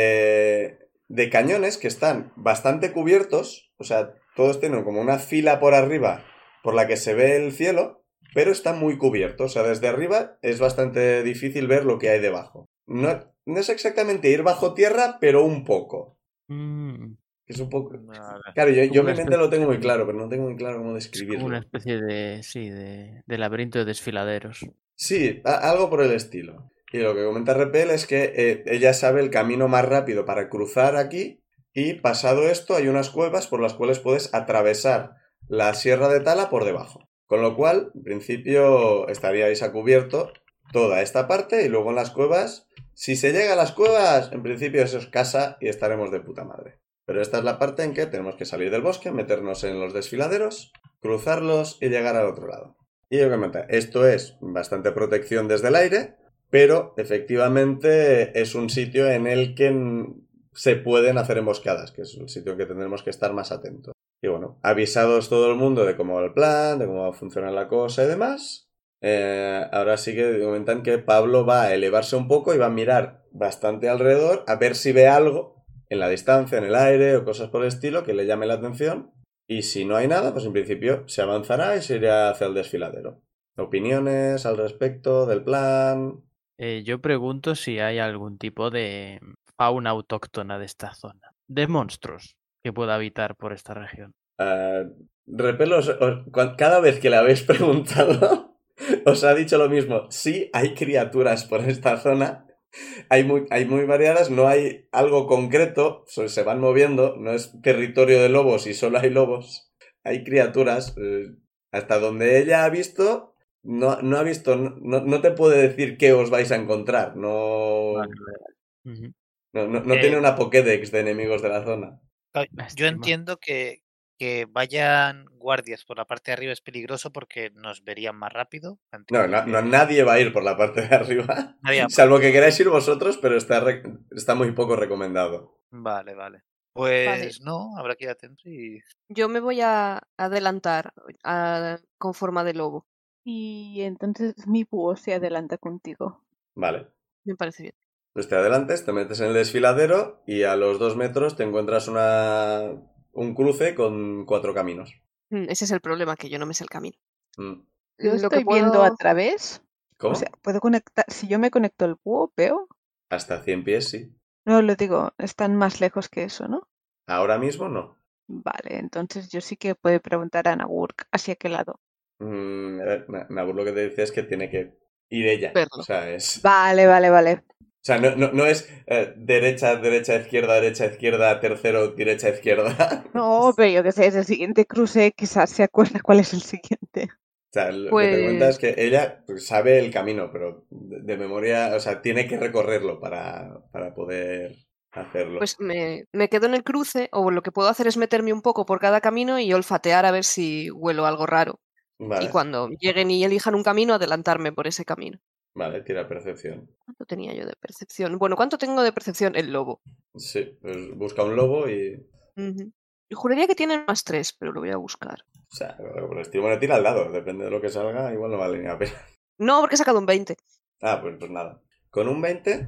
Speaker 1: de, de cañones que están bastante cubiertos, o sea, todos tienen como una fila por arriba por la que se ve el cielo, pero está muy cubierto, o sea, desde arriba es bastante difícil ver lo que hay debajo. No, no es exactamente ir bajo tierra, pero un poco.
Speaker 5: Mm,
Speaker 1: Es un poco...
Speaker 4: Vale.
Speaker 1: Claro, yo, yo en mi
Speaker 5: Una
Speaker 1: mente lo
Speaker 5: especie-
Speaker 1: tengo muy claro, pero no tengo muy claro cómo
Speaker 5: es como
Speaker 1: describirlo.
Speaker 5: una especie de, sí, de, de laberinto de desfiladeros.
Speaker 1: Sí, a- algo por el estilo. Y lo que comenta Repel es que eh, ella sabe el camino más rápido para cruzar aquí y pasado esto hay unas cuevas por las cuales puedes atravesar la sierra de Tala por debajo. Con lo cual, en principio, estaríais a cubierto toda esta parte y luego en las cuevas. Si se llega a las cuevas, en principio eso es casa y estaremos de puta madre. Pero esta es la parte en que tenemos que salir del bosque, meternos en los desfiladeros, cruzarlos y llegar al otro lado. Y lo que comenta, esto es bastante protección desde el aire, pero efectivamente es un sitio en el que n- se pueden hacer emboscadas, que es un sitio en que tendremos que estar más atentos. Y bueno, avisados todo el mundo de cómo va el plan, de cómo va a funcionar la cosa y demás. eh, ahora sí que comentan que Pablo va a elevarse un poco y va a mirar bastante alrededor a ver si ve algo en la distancia, en el aire o cosas por el estilo que le llame la atención y si no hay nada, pues en principio se avanzará y se irá hacia el desfiladero. Opiniones al respecto del plan.
Speaker 5: Eh, yo pregunto si hay algún tipo de fauna autóctona de esta zona, de monstruos que pueda habitar por esta región.
Speaker 1: Eh, repelo, os- os- cua- cada vez que le habéis preguntado, os ha dicho lo mismo. Sí, hay criaturas por esta zona. Hay muy, hay muy variadas, no hay algo concreto, so- se van moviendo, no es territorio de lobos y solo hay lobos. Hay criaturas. eh, hasta donde ella ha visto, no, no ha visto, no, no- no te puede decir qué os vais a encontrar. No,
Speaker 5: Pues Ujú.
Speaker 1: no, no- no
Speaker 4: Eh,
Speaker 1: tiene una Pokédex de enemigos de la zona.
Speaker 4: Claro, Yo
Speaker 5: Lástima.
Speaker 4: entiendo que, que vayan guardias por la parte de arriba es peligroso porque nos verían más rápido. ante
Speaker 1: No, no-
Speaker 4: que-
Speaker 1: no, nadie va a ir por la parte de arriba.
Speaker 4: Nadie va-
Speaker 1: Salvo que queráis ir vosotros, pero está, re- está muy poco recomendado.
Speaker 4: Vale, vale. Pues no, habrá que ir atento y...
Speaker 3: Yo me voy a adelantar a- con forma de lobo.
Speaker 6: Y entonces mi búho se adelanta contigo.
Speaker 1: Vale.
Speaker 3: Me parece bien.
Speaker 1: Pues te adelantes, te metes en el desfiladero y a los dos metros te encuentras una... un cruce con cuatro caminos.
Speaker 3: Mm, Ese es el problema, que yo no me sé el camino.
Speaker 1: Mm.
Speaker 6: Yo
Speaker 3: Lo que
Speaker 6: estoy viendo a
Speaker 3: puedo-
Speaker 6: través.
Speaker 1: ¿Cómo?
Speaker 6: O sea, puedo conectar. Si yo me conecto al búho, veo.
Speaker 1: Hasta 100 pies, sí.
Speaker 6: No lo digo, están más lejos que eso, ¿no?
Speaker 1: Ahora mismo no.
Speaker 6: Vale, entonces yo sí que puedo preguntar a Nagurk hacia qué lado.
Speaker 1: Mm, a ver, Na- Nabur lo que te dice es que tiene que ir ella.
Speaker 3: Verlo.
Speaker 1: O sea, es...
Speaker 6: Vale, vale, vale.
Speaker 1: O sea, no, no- no es eh, derecha, derecha, izquierda, derecha, izquierda, tercero, derecha, izquierda.
Speaker 6: No, pero yo qué sé, es el siguiente cruce, quizás se acuerda cuál es el siguiente.
Speaker 1: O sea, lo que te
Speaker 3: Pues-
Speaker 1: cuenta es que ella pues, sabe el camino, pero de, de memoria, o sea, tiene que recorrerlo para, para poder hacerlo.
Speaker 3: Pues me, me quedo en el cruce o lo que puedo hacer es meterme un poco por cada camino y olfatear a ver si huelo algo raro.
Speaker 1: vale,
Speaker 3: Y cuando lleguen y elijan un camino, adelantarme por ese camino.
Speaker 1: vale, tira percepción.
Speaker 3: ¿Cuánto tenía yo de percepción? Bueno, ¿cuánto tengo de percepción? El lobo.
Speaker 1: Sí, pues busca un lobo y.
Speaker 3: Ujú. Yo Juraría que tiene más tres, pero lo voy a buscar.
Speaker 1: O sea, por el estilo, bueno, tira al dado, depende de lo que salga, igual no vale ni la pena.
Speaker 3: No, porque he sacado un 20.
Speaker 1: Ah, pues, pues nada. Con un 20,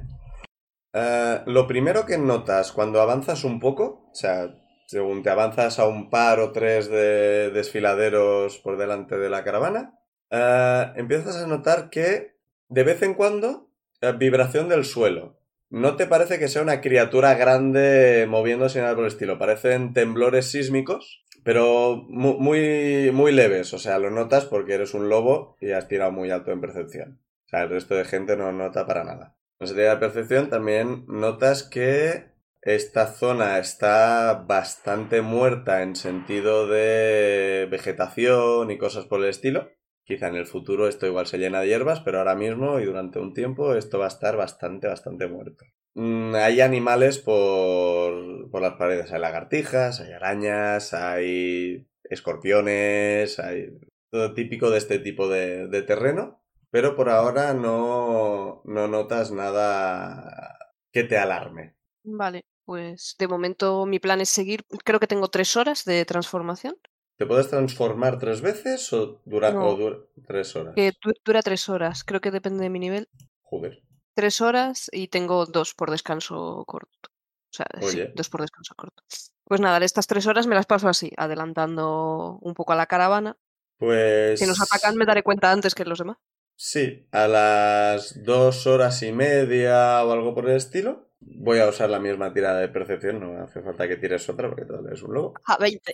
Speaker 1: eh, lo primero que notas cuando avanzas un poco, o sea, según te avanzas a un par o tres de desfiladeros por delante de la caravana, eh, empiezas a notar que de vez en cuando eh, vibración del suelo. No te parece que sea una criatura grande moviéndose ni nada por el estilo. Parecen temblores sísmicos, pero mu- muy, muy leves. O sea, lo notas porque eres un lobo y has tirado muy alto en percepción. O sea, el resto de gente no nota para nada. No se te da percepción, también notas que esta zona está bastante muerta en sentido de vegetación y cosas por el estilo. Quizá en el futuro esto igual se llena de hierbas, pero ahora mismo y durante un tiempo esto va a estar bastante, bastante muerto. Mm, Hay animales por, por las paredes, hay lagartijas, hay arañas, hay escorpiones, hay todo típico de este tipo de- de terreno. Pero por ahora no, no notas nada que te alarme.
Speaker 3: Vale, pues de momento mi plan es seguir. Creo que tengo tres horas de transformación,
Speaker 1: ¿Te puedes transformar tres veces o dura,
Speaker 3: No.
Speaker 1: o dura tres horas?
Speaker 3: que du- dura tres horas. Creo que depende de mi nivel.
Speaker 1: Joder.
Speaker 3: tres horas y tengo dos por descanso corto. O sea, sí,
Speaker 1: Oye.
Speaker 3: dos por descanso corto. Pues nada, estas tres horas me las paso así, adelantando un poco a la caravana.
Speaker 1: Pues.
Speaker 3: Si nos atacan me daré cuenta antes que los demás.
Speaker 1: Sí, a las dos horas y media o algo por el estilo. Voy a usar la misma tirada de percepción, no hace falta que tires otra porque todavía es un lobo.
Speaker 3: A 20.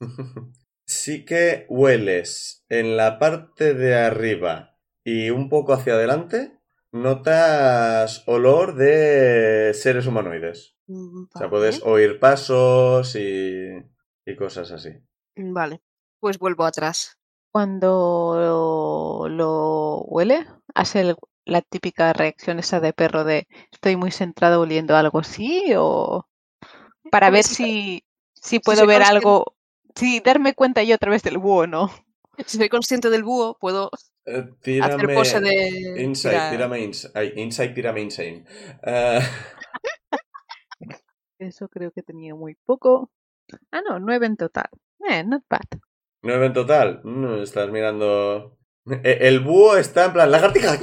Speaker 1: Sí que hueles en la parte de arriba y un poco hacia adelante, notas olor de seres humanoides.
Speaker 3: Mm,
Speaker 1: O sea, puedes oír pasos y, y cosas así.
Speaker 3: Vale, pues vuelvo atrás.
Speaker 6: Cuando lo, lo huele, hace el- la típica reacción esa de perro de estoy muy centrado oliendo algo así o para
Speaker 3: Hombre,
Speaker 6: ver
Speaker 3: si-
Speaker 6: Eh, si, si puedo
Speaker 3: soy
Speaker 6: ver
Speaker 3: consciente-
Speaker 6: algo, si darme cuenta yo otra vez del búho o no.
Speaker 3: Si soy consciente del búho, puedo
Speaker 1: Eh,
Speaker 3: hacer
Speaker 1: tírame
Speaker 3: pose de...
Speaker 1: Insight,
Speaker 3: tirar-
Speaker 1: tírame ins- ay, insight, tírame insane. Eh,
Speaker 6: Eso creo que tenía muy poco. Ah, no, nueve en total. Eh, not bad.
Speaker 1: Nueve en total. Mm, estás mirando. E- El búho está en plan lagartija.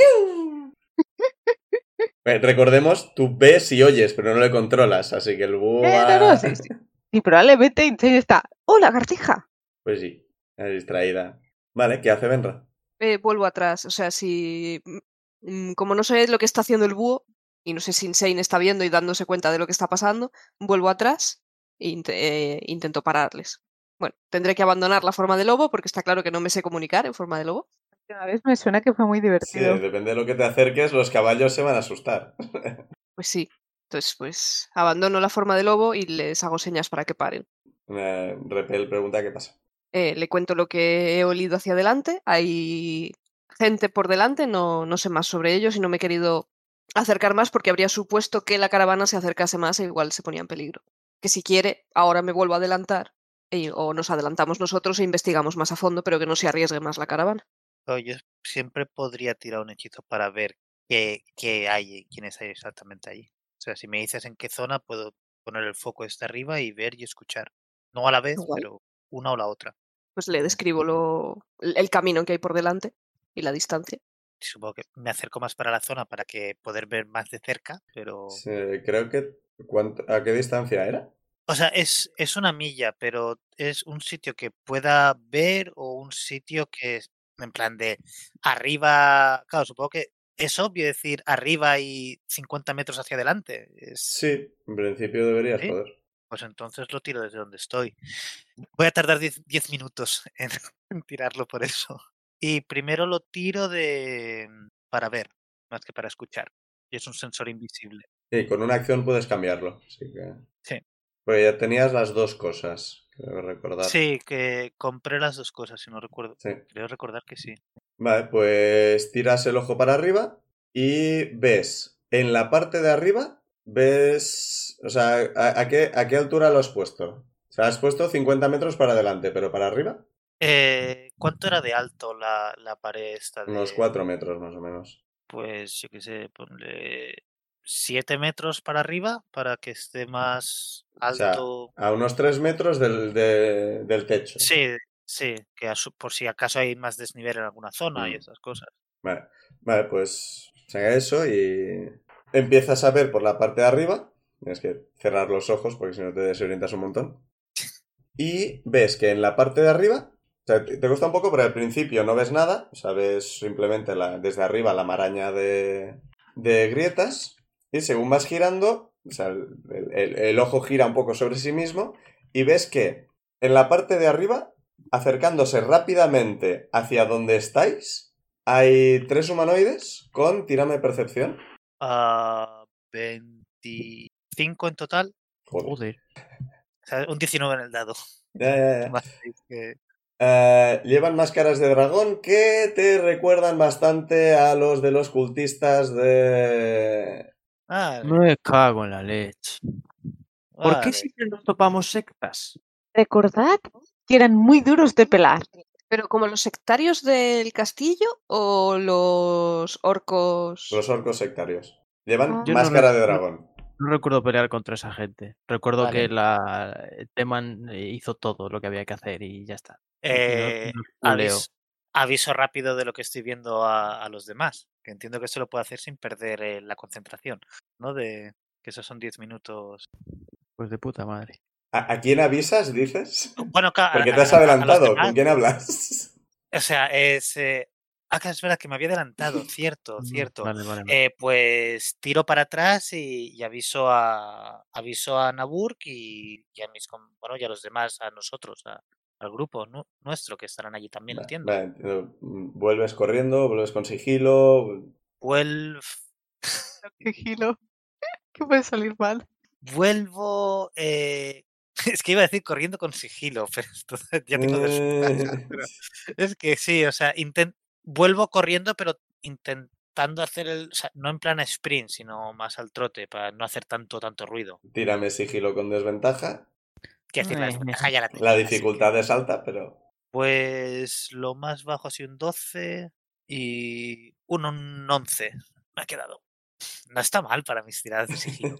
Speaker 1: Eh, Recordemos, tú ves y oyes, pero no le controlas, así que el búho.
Speaker 6: Eh, no,
Speaker 1: va-
Speaker 6: no, sí, sí. Y probablemente Insane está, ¡oh, lagartija!
Speaker 1: Pues sí, es distraída. Vale, ¿qué hace Benra?
Speaker 3: eh, vuelvo atrás. O sea, si. mm, Como no sé lo que está haciendo el búho, y no sé si Insane está viendo y dándose cuenta de lo que está pasando, vuelvo atrás e int- eh, intento pararles. Bueno, tendré que abandonar la forma de lobo porque está claro que no me sé comunicar en forma de lobo.
Speaker 6: Una vez me suena que fue muy
Speaker 1: Sí,
Speaker 6: divertido.
Speaker 1: depende de lo que te acerques, los caballos se van a asustar.
Speaker 3: Pues sí. Entonces, pues abandono la forma de lobo y les hago señas para que paren.
Speaker 1: Eh, Repel pregunta qué pasa.
Speaker 3: Eh, le cuento lo que he olido hacia adelante. Hay gente por delante, no, no sé más sobre ellos y no me he querido acercar más porque habría supuesto que la caravana se acercase más e igual se ponía en peligro. Que si quiere, ahora me vuelvo a adelantar e- o nos adelantamos nosotros e investigamos más a fondo, pero que no se arriesgue más la caravana.
Speaker 4: Pero yo siempre podría tirar un hechizo para ver qué, qué hay, y quiénes hay exactamente allí. O sea, si me dices en qué zona, puedo poner el foco este arriba y ver y escuchar. No a la vez,
Speaker 3: Igual.
Speaker 4: pero una o la otra.
Speaker 3: Pues le describo lo, el el camino que hay por delante y la distancia.
Speaker 4: Y Supongo que me acerco más para la zona para que poder ver más de cerca, pero...
Speaker 1: Sí, creo que. ¿cuánto- ¿A qué distancia era?
Speaker 4: O sea, es, es una milla, pero es un sitio que pueda ver o un sitio que es en plan de arriba... Claro, supongo que es obvio decir arriba y 50 metros hacia adelante. Es,
Speaker 1: Sí, en principio deberías
Speaker 4: Sí.
Speaker 1: poder.
Speaker 4: Pues entonces lo tiro desde donde estoy. Voy a tardar 10 10 minutos en, en tirarlo por eso. Y primero lo tiro de mm, para ver, más que para escuchar. Y es un sensor invisible.
Speaker 1: Sí, con una acción puedes cambiarlo. Así que...
Speaker 4: Sí.
Speaker 1: Pero ya tenías las dos cosas, creo recordar.
Speaker 4: Sí, que compré las dos cosas, si no recuerdo.
Speaker 1: Sí.
Speaker 4: Creo recordar que sí.
Speaker 1: Vale, pues tiras el ojo para arriba y ves, en la parte de arriba, ves, o sea, ¿a, a qué, a qué altura lo has puesto? O sea, has puesto 50 metros para adelante, pero para arriba,
Speaker 4: Eh, ¿Cuánto era de alto la, la pared esta?
Speaker 1: unos
Speaker 4: de-
Speaker 1: 4 metros más o menos.
Speaker 4: Pues yo qué sé, ponle 7 metros para arriba para que esté más
Speaker 1: sea,
Speaker 4: alto.
Speaker 1: A unos 3 metros del, de- del techo.
Speaker 4: Sí, sí, que a su- por si acaso hay más desnivel en alguna zona y
Speaker 1: Mm.
Speaker 4: esas cosas.
Speaker 1: Vale, vale, pues saca eso y empiezas a ver por la parte de arriba. Tienes que cerrar los ojos porque si no te desorientas un montón. Y ves que en la parte de arriba, o sea, te te cuesta un poco, pero al principio no ves nada, o sea, ves simplemente la- desde arriba la maraña de, de grietas. Y según vas girando, o sea, el, el- el ojo gira un poco sobre sí mismo y ves que en la parte de arriba, acercándose rápidamente hacia donde estáis, hay tres humanoides con tirame percepción.
Speaker 4: Ah, 25 en total.
Speaker 1: Joder.
Speaker 5: Joder.
Speaker 4: O sea, un 19 en el dado.
Speaker 1: Ya, ya, ya.
Speaker 4: Más seis que-
Speaker 1: Eh, llevan máscaras de dragón que te recuerdan bastante a los de los cultistas de...
Speaker 4: Vale,
Speaker 5: Me cago en la leche. ¿Por
Speaker 4: vale.
Speaker 5: qué siempre nos topamos sectas?
Speaker 6: Recordad que eran muy duros de pelar.
Speaker 3: Pero como los sectarios del castillo o los orcos...
Speaker 1: los orcos sectarios. Llevan
Speaker 6: Ah. Yo
Speaker 5: no
Speaker 1: máscara
Speaker 5: recuerdo-
Speaker 1: de dragón.
Speaker 5: No recuerdo pelear contra esa gente. Recuerdo
Speaker 4: Vale.
Speaker 5: que la Teman eh, hizo todo lo que había que hacer y ya está. Y no-
Speaker 4: Eh,
Speaker 5: no culeo.
Speaker 4: avis- aviso rápido de lo que estoy viendo a, a los demás. Que entiendo que eso lo puede hacer sin perder eh, la concentración, ¿no? De que esos son 10 minutos.
Speaker 5: Pues de puta madre.
Speaker 1: ¿A, a quién avisas, dices?
Speaker 4: Bueno, ca- a-
Speaker 1: Porque te
Speaker 4: a-
Speaker 1: has
Speaker 4: a- a los
Speaker 1: adelantado.
Speaker 4: demás.
Speaker 1: ¿Con quién hablas?
Speaker 4: O sea, es. eh, Ah, claro, es verdad que me había adelantado, cierto,
Speaker 5: Mm,
Speaker 4: cierto.
Speaker 5: Vale, vale, vale.
Speaker 4: Eh, pues tiro para atrás y, y aviso a aviso a Naburk y, y a mis com- bueno y a los demás, a nosotros, a- al grupo nu- nuestro que estarán allí también,
Speaker 1: Va-
Speaker 4: entiendo.
Speaker 1: vale, entiendo. Mm, Vuelves corriendo, vuelves con sigilo.
Speaker 4: Vuelf-
Speaker 6: Sigilo. ¿Qué puede salir mal?
Speaker 4: vuelvo eh, es que iba a decir corriendo con sigilo, pero esto ya tengo de
Speaker 1: Eh,
Speaker 4: desventaja, pero Es que sí, o sea, inten- vuelvo corriendo, pero intentando hacer el, o sea, no en plan sprint, sino más al trote, para no hacer tanto, tanto ruido.
Speaker 1: Tírame sigilo con desventaja.
Speaker 4: Quiero decir, la
Speaker 5: Eh,
Speaker 4: desventaja ya la tengo.
Speaker 1: La
Speaker 4: así
Speaker 1: dificultad
Speaker 4: que,
Speaker 1: es alta, pero.
Speaker 4: Pues lo más bajo ha sido un 12 y un, un 11. Me ha quedado. No está mal para mis tiradas de sigilo.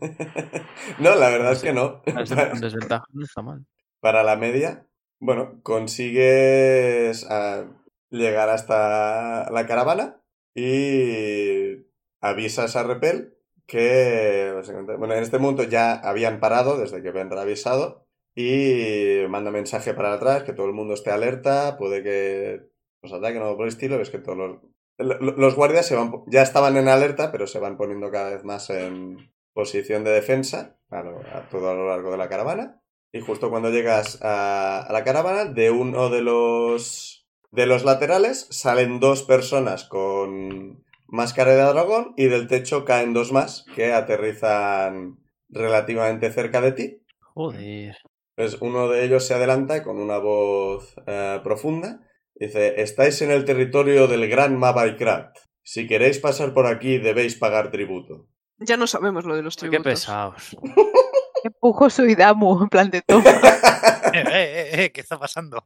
Speaker 1: no, la verdad
Speaker 5: No
Speaker 1: es
Speaker 5: sé.
Speaker 1: que no.
Speaker 5: Con des- con desventaja no está mal.
Speaker 1: para la media, bueno, consigues ah, llegar hasta la caravana y avisas a Repel que, básicamente, bueno, en este momento ya habían parado desde que habían avisado y manda mensaje para atrás, que todo el mundo esté alerta, puede que os ataquen o por el estilo, ves que todos los... lo- lo- Los guardias se van, po- ya estaban en alerta, pero se van poniendo cada vez más en posición de defensa a lo- a todo a lo largo de la caravana. Y justo cuando llegas a, a la caravana, de uno de los de los laterales salen dos personas con máscara de dragón y del techo caen dos más que aterrizan relativamente cerca de ti.
Speaker 5: Joder.
Speaker 1: Pues uno de ellos se adelanta y con una voz eh, profunda. Dice, estáis en el territorio del gran Mabaikrat. Si queréis pasar por aquí debéis pagar tributo.
Speaker 3: Ya no sabemos lo de los
Speaker 5: Qué
Speaker 3: tributos.
Speaker 5: pesados.
Speaker 6: Empujo su Idamu, en plan de toma.
Speaker 4: Eh, eh, eh, ¿Qué está pasando?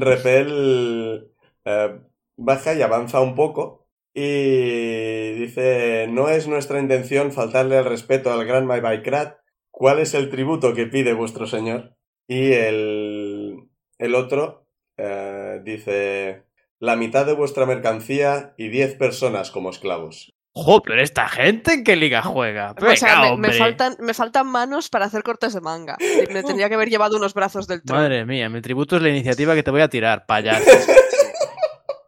Speaker 1: Repel eh, baja y avanza un poco y dice, no es nuestra intención faltarle el respeto al gran Maibaikrad. ¿Cuál es el tributo que pide vuestro señor? Y el, el otro eh, dice, la mitad de vuestra mercancía y 10 personas como esclavos.
Speaker 5: Jo, pero esta gente en qué liga juega.
Speaker 3: O sea,
Speaker 5: Venga,
Speaker 3: me- me,
Speaker 5: hombre.
Speaker 3: faltan, me faltan manos para hacer cortes de manga. Me tendría que haber llevado unos brazos del trono.
Speaker 5: Madre mía, mi tributo es la iniciativa que te voy a tirar, payaso.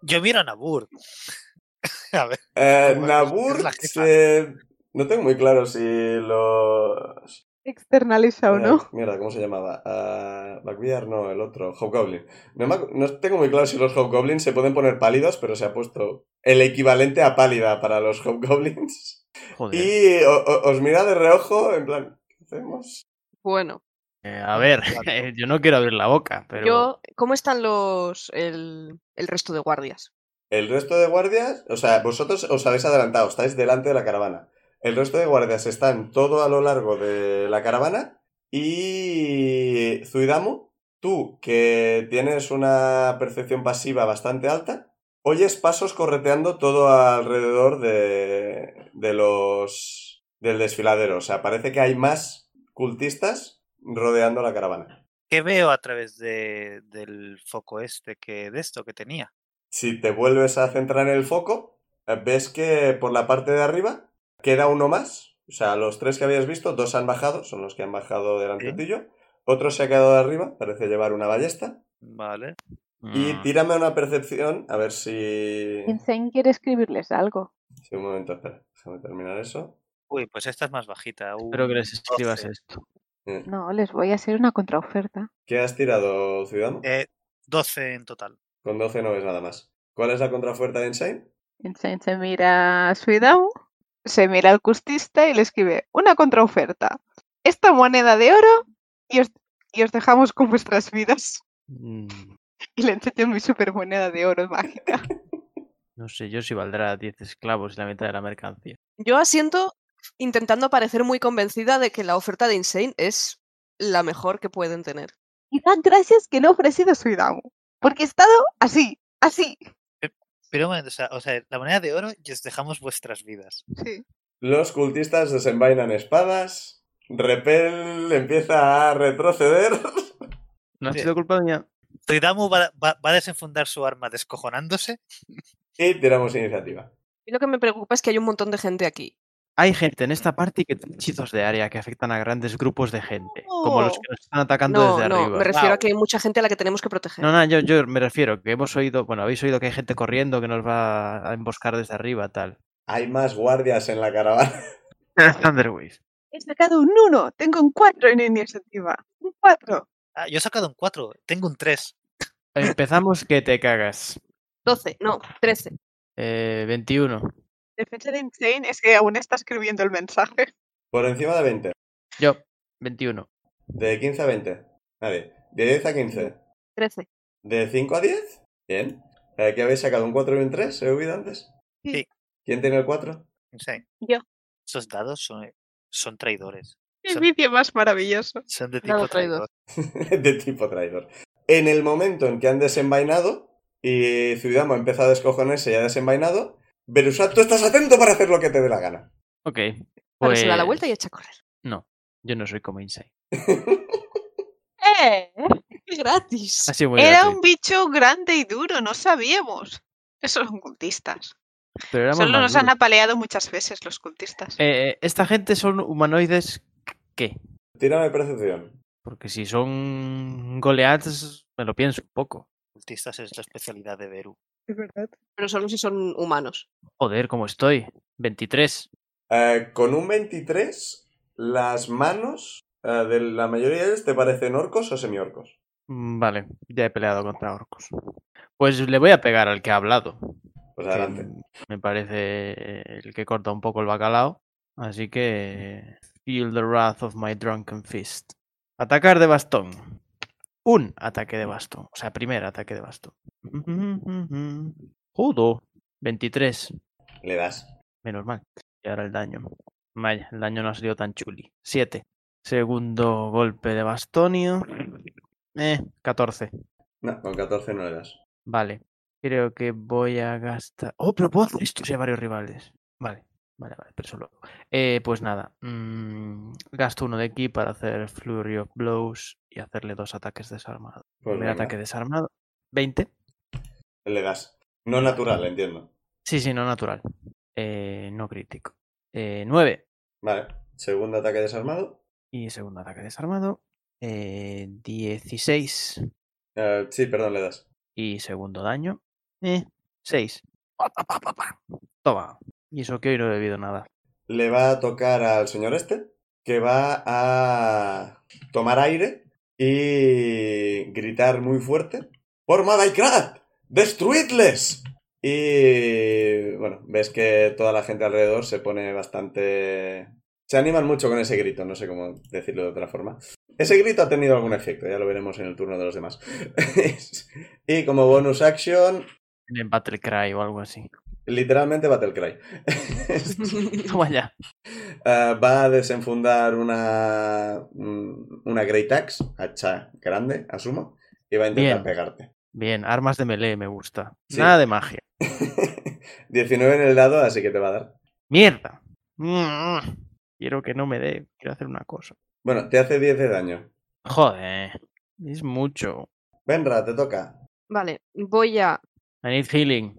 Speaker 4: Yo miro a Nabur. A ver,
Speaker 1: Eh,
Speaker 4: Bueno,
Speaker 1: Nabur
Speaker 4: es la jefa.
Speaker 1: se- No tengo muy claro si los...
Speaker 6: Externaliza o
Speaker 1: Eh,
Speaker 6: no.
Speaker 1: mierda, ¿cómo se llamaba? Ah, Blackbeard, no, el otro, Hobgoblin. No, me acu- no tengo muy claro si los Hobgoblins se pueden poner pálidos, pero se ha puesto el equivalente a pálida para los Hobgoblins.
Speaker 5: Joder.
Speaker 1: Y o- o- os mira de reojo, en plan, ¿qué hacemos?
Speaker 3: Bueno,
Speaker 5: Eh, a ver, eh, yo no quiero abrir la boca, pero.
Speaker 3: yo, ¿cómo están los el, el resto de guardias?
Speaker 1: El resto de guardias, o sea, vosotros os habéis adelantado, estáis delante de la caravana. El resto de guardias están todo a lo largo de la caravana. Y Zuidamu, tú que tienes una percepción pasiva bastante alta, oyes pasos correteando todo alrededor de, de los del desfiladero. O sea, parece que hay más cultistas rodeando la caravana.
Speaker 4: ¿qué veo a través de, del foco este que de esto que tenía?
Speaker 1: Si te vuelves a centrar en el foco, eh, ves que por la parte de arriba queda uno más. O sea, los tres que habías visto, dos han bajado, son los que han bajado delante
Speaker 4: Sí.
Speaker 1: tuyo. Otro se ha quedado de arriba, parece llevar una ballesta.
Speaker 4: Vale.
Speaker 1: Y
Speaker 5: Mm,
Speaker 1: tírame una percepción, a ver si...
Speaker 6: Insane quiere escribirles algo.
Speaker 1: Sí, un momento, espera, déjame terminar eso.
Speaker 4: Uy, pues esta es más bajita.
Speaker 5: Espero que
Speaker 4: un
Speaker 5: les escribas
Speaker 4: 12.
Speaker 5: esto.
Speaker 1: Eh,
Speaker 6: No, les voy a hacer una contraoferta.
Speaker 1: ¿Qué has tirado, Ciudadano?
Speaker 4: Eh, 12 en total.
Speaker 1: Con 12 no ves nada más. ¿Cuál es la contrafuerta de Insane?
Speaker 6: Insane se mira a su Idamu, se mira al custista y le escribe una contraoferta. Esta moneda de oro y os, y os dejamos con vuestras vidas.
Speaker 5: Mm,
Speaker 6: Y le enseño mi super moneda de oro mágica.
Speaker 5: no sé yo si valdrá 10 esclavos y la mitad de la mercancía.
Speaker 3: Yo asiento intentando parecer muy convencida de que la oferta de Insane es la mejor que pueden tener.
Speaker 6: Y dan gracias que no he ofrecido su Idamu. Porque he estado así, así.
Speaker 4: Pero bueno, o sea, o sea, la moneda de oro y os dejamos vuestras vidas.
Speaker 6: Sí.
Speaker 1: Los cultistas desenvainan espadas. Repel empieza a retroceder.
Speaker 5: No ha
Speaker 4: Sí.
Speaker 5: sido culpa mía.
Speaker 4: Tridamu va, va- va a desenfundar su arma descojonándose.
Speaker 1: Y tiramos iniciativa.
Speaker 3: mí lo que me preocupa es que hay un montón de gente aquí.
Speaker 5: Hay gente en esta parte que tiene hechizos de área que afectan a grandes grupos de gente, como los
Speaker 3: Oh.
Speaker 5: que nos están atacando
Speaker 3: No,
Speaker 5: desde
Speaker 3: no,
Speaker 5: arriba.
Speaker 3: me refiero a
Speaker 4: Wow.
Speaker 3: que hay mucha gente a la que tenemos que proteger.
Speaker 5: No, no, yo, yo me refiero que hemos oído, bueno, habéis oído que hay gente corriendo que nos va a emboscar desde arriba, tal.
Speaker 1: Hay más guardias en la caravana.
Speaker 5: Thunderwave.
Speaker 6: He sacado un 1, tengo un 4 en iniciativa. Un 4.
Speaker 4: Ah, yo he sacado un 4, tengo un 3.
Speaker 5: Empezamos que te cagas.
Speaker 3: 12, no, 13.
Speaker 5: Eh, 21.
Speaker 6: Defensa de Insane es que aún está escribiendo el mensaje.
Speaker 1: Por encima de 20.
Speaker 5: Yo, 21.
Speaker 1: De 15 a 20. Nadie. De 10 a 15.
Speaker 3: 13.
Speaker 1: De 5 a 10. Bien. Aquí habéis sacado un 4 y un 3. ¿He oído antes?
Speaker 4: Sí.
Speaker 1: ¿Quién tiene el 4?
Speaker 4: Insane.
Speaker 2: Yo.
Speaker 4: Esos dados son, son traidores.
Speaker 2: El
Speaker 4: Son-
Speaker 2: vicio más maravilloso.
Speaker 4: Son de
Speaker 3: Dado
Speaker 4: tipo traidor.
Speaker 3: traidor.
Speaker 1: de tipo traidor. En el momento en que han desenvainado y Zuidamo ha empezado a descojonarse y ha desenvainado, Berusat, tú estás atento para hacer lo que te dé la gana.
Speaker 5: Ok.
Speaker 3: Ahora se da la
Speaker 5: pues-
Speaker 3: vuelta y echa a correr.
Speaker 5: No, yo no soy como Inside.
Speaker 2: ¡Eh!
Speaker 3: ¡Es gratis!
Speaker 5: Ha sido muy
Speaker 2: Era
Speaker 5: gratuito,
Speaker 2: un bicho grande y duro, no sabíamos. Esos son cultistas.
Speaker 5: pero éramos
Speaker 2: Solo
Speaker 5: más
Speaker 2: nos han
Speaker 5: duros.
Speaker 2: apaleado muchas veces los cultistas.
Speaker 5: Eh, eh, esta gente son humanoides, ¿qué?
Speaker 1: Tírame percepción.
Speaker 5: Porque si son goleads, me lo pienso un poco.
Speaker 4: Cultistas es la especialidad de Beru.
Speaker 6: Es verdad.
Speaker 3: Pero solo si son humanos.
Speaker 5: Joder, ¿cómo estoy? 23.
Speaker 1: Eh, con un 23, las manos eh, de la mayoría de ellos te parecen orcos o semiorcos.
Speaker 5: Mm, Vale, ya he peleado contra orcos. Pues le voy a pegar al que ha hablado.
Speaker 1: Pues
Speaker 5: que
Speaker 1: adelante.
Speaker 5: me parece el que corta un poco el bacalao.
Speaker 1: Mm.
Speaker 5: Así que. Feel the wrath of my drunken fist. Atacar de bastón. Un ataque de bastón. O sea, primer ataque de bastón. Judo. 23.
Speaker 1: Le das.
Speaker 5: Menos mal. Y ahora el daño. Vaya, el daño no ha salido tan chuli. 7. Segundo golpe de bastonio. Eh, 14.
Speaker 1: No, con 14 no le das.
Speaker 5: Vale. Creo que voy a gastar. Oh, pero puedo hacer esto si hay varios rivales. Vale, vale, vale, pero solo. Eh, pues nada. mm, gasto uno de aquí para hacer Flurry of Blows y hacerle dos ataques desarmados.
Speaker 1: Pues
Speaker 5: Primer
Speaker 1: venga,
Speaker 5: ataque desarmado. 20.
Speaker 1: Le das. No natural, entiendo.
Speaker 5: Sí, sí, no natural. Eh, no crítico. Eh, 9.
Speaker 1: Vale. Segundo ataque desarmado.
Speaker 5: Y segundo ataque desarmado. Eh, 16.
Speaker 1: Eh, sí, perdón, le das.
Speaker 5: Y segundo daño. Eh, 6. Pa, pa, pa, pa, pa. Toma. Y eso que hoy no he bebido nada.
Speaker 1: Le va a tocar al señor este, que va a tomar aire y gritar muy fuerte. ¡Por Madaikrat! ¡Destruidles! Y bueno, ves que toda la gente alrededor se pone bastante... Se animan mucho con ese grito, no sé cómo decirlo de otra forma. Ese grito ha tenido algún efecto, ya lo veremos en el turno de los demás. y como bonus action,
Speaker 5: En el Battle Cry o algo así.
Speaker 1: literalmente Battle Cry.
Speaker 5: Toma ya.
Speaker 1: Eh, va a desenfundar una, un- una Great Axe, hacha grande, asumo, y va a intentar
Speaker 5: Bien.
Speaker 1: pegarte.
Speaker 5: Bien, armas de melee me gusta.
Speaker 1: Sí.
Speaker 5: Nada de magia.
Speaker 1: 19 en el dado, así que te va a dar.
Speaker 5: ¡Mierda! Mm, Quiero que no me dé. Quiero hacer una cosa.
Speaker 1: Bueno, te hace 10 de daño.
Speaker 5: Joder. Es mucho.
Speaker 1: Benra, te toca.
Speaker 3: Vale, voy a.
Speaker 5: I need healing.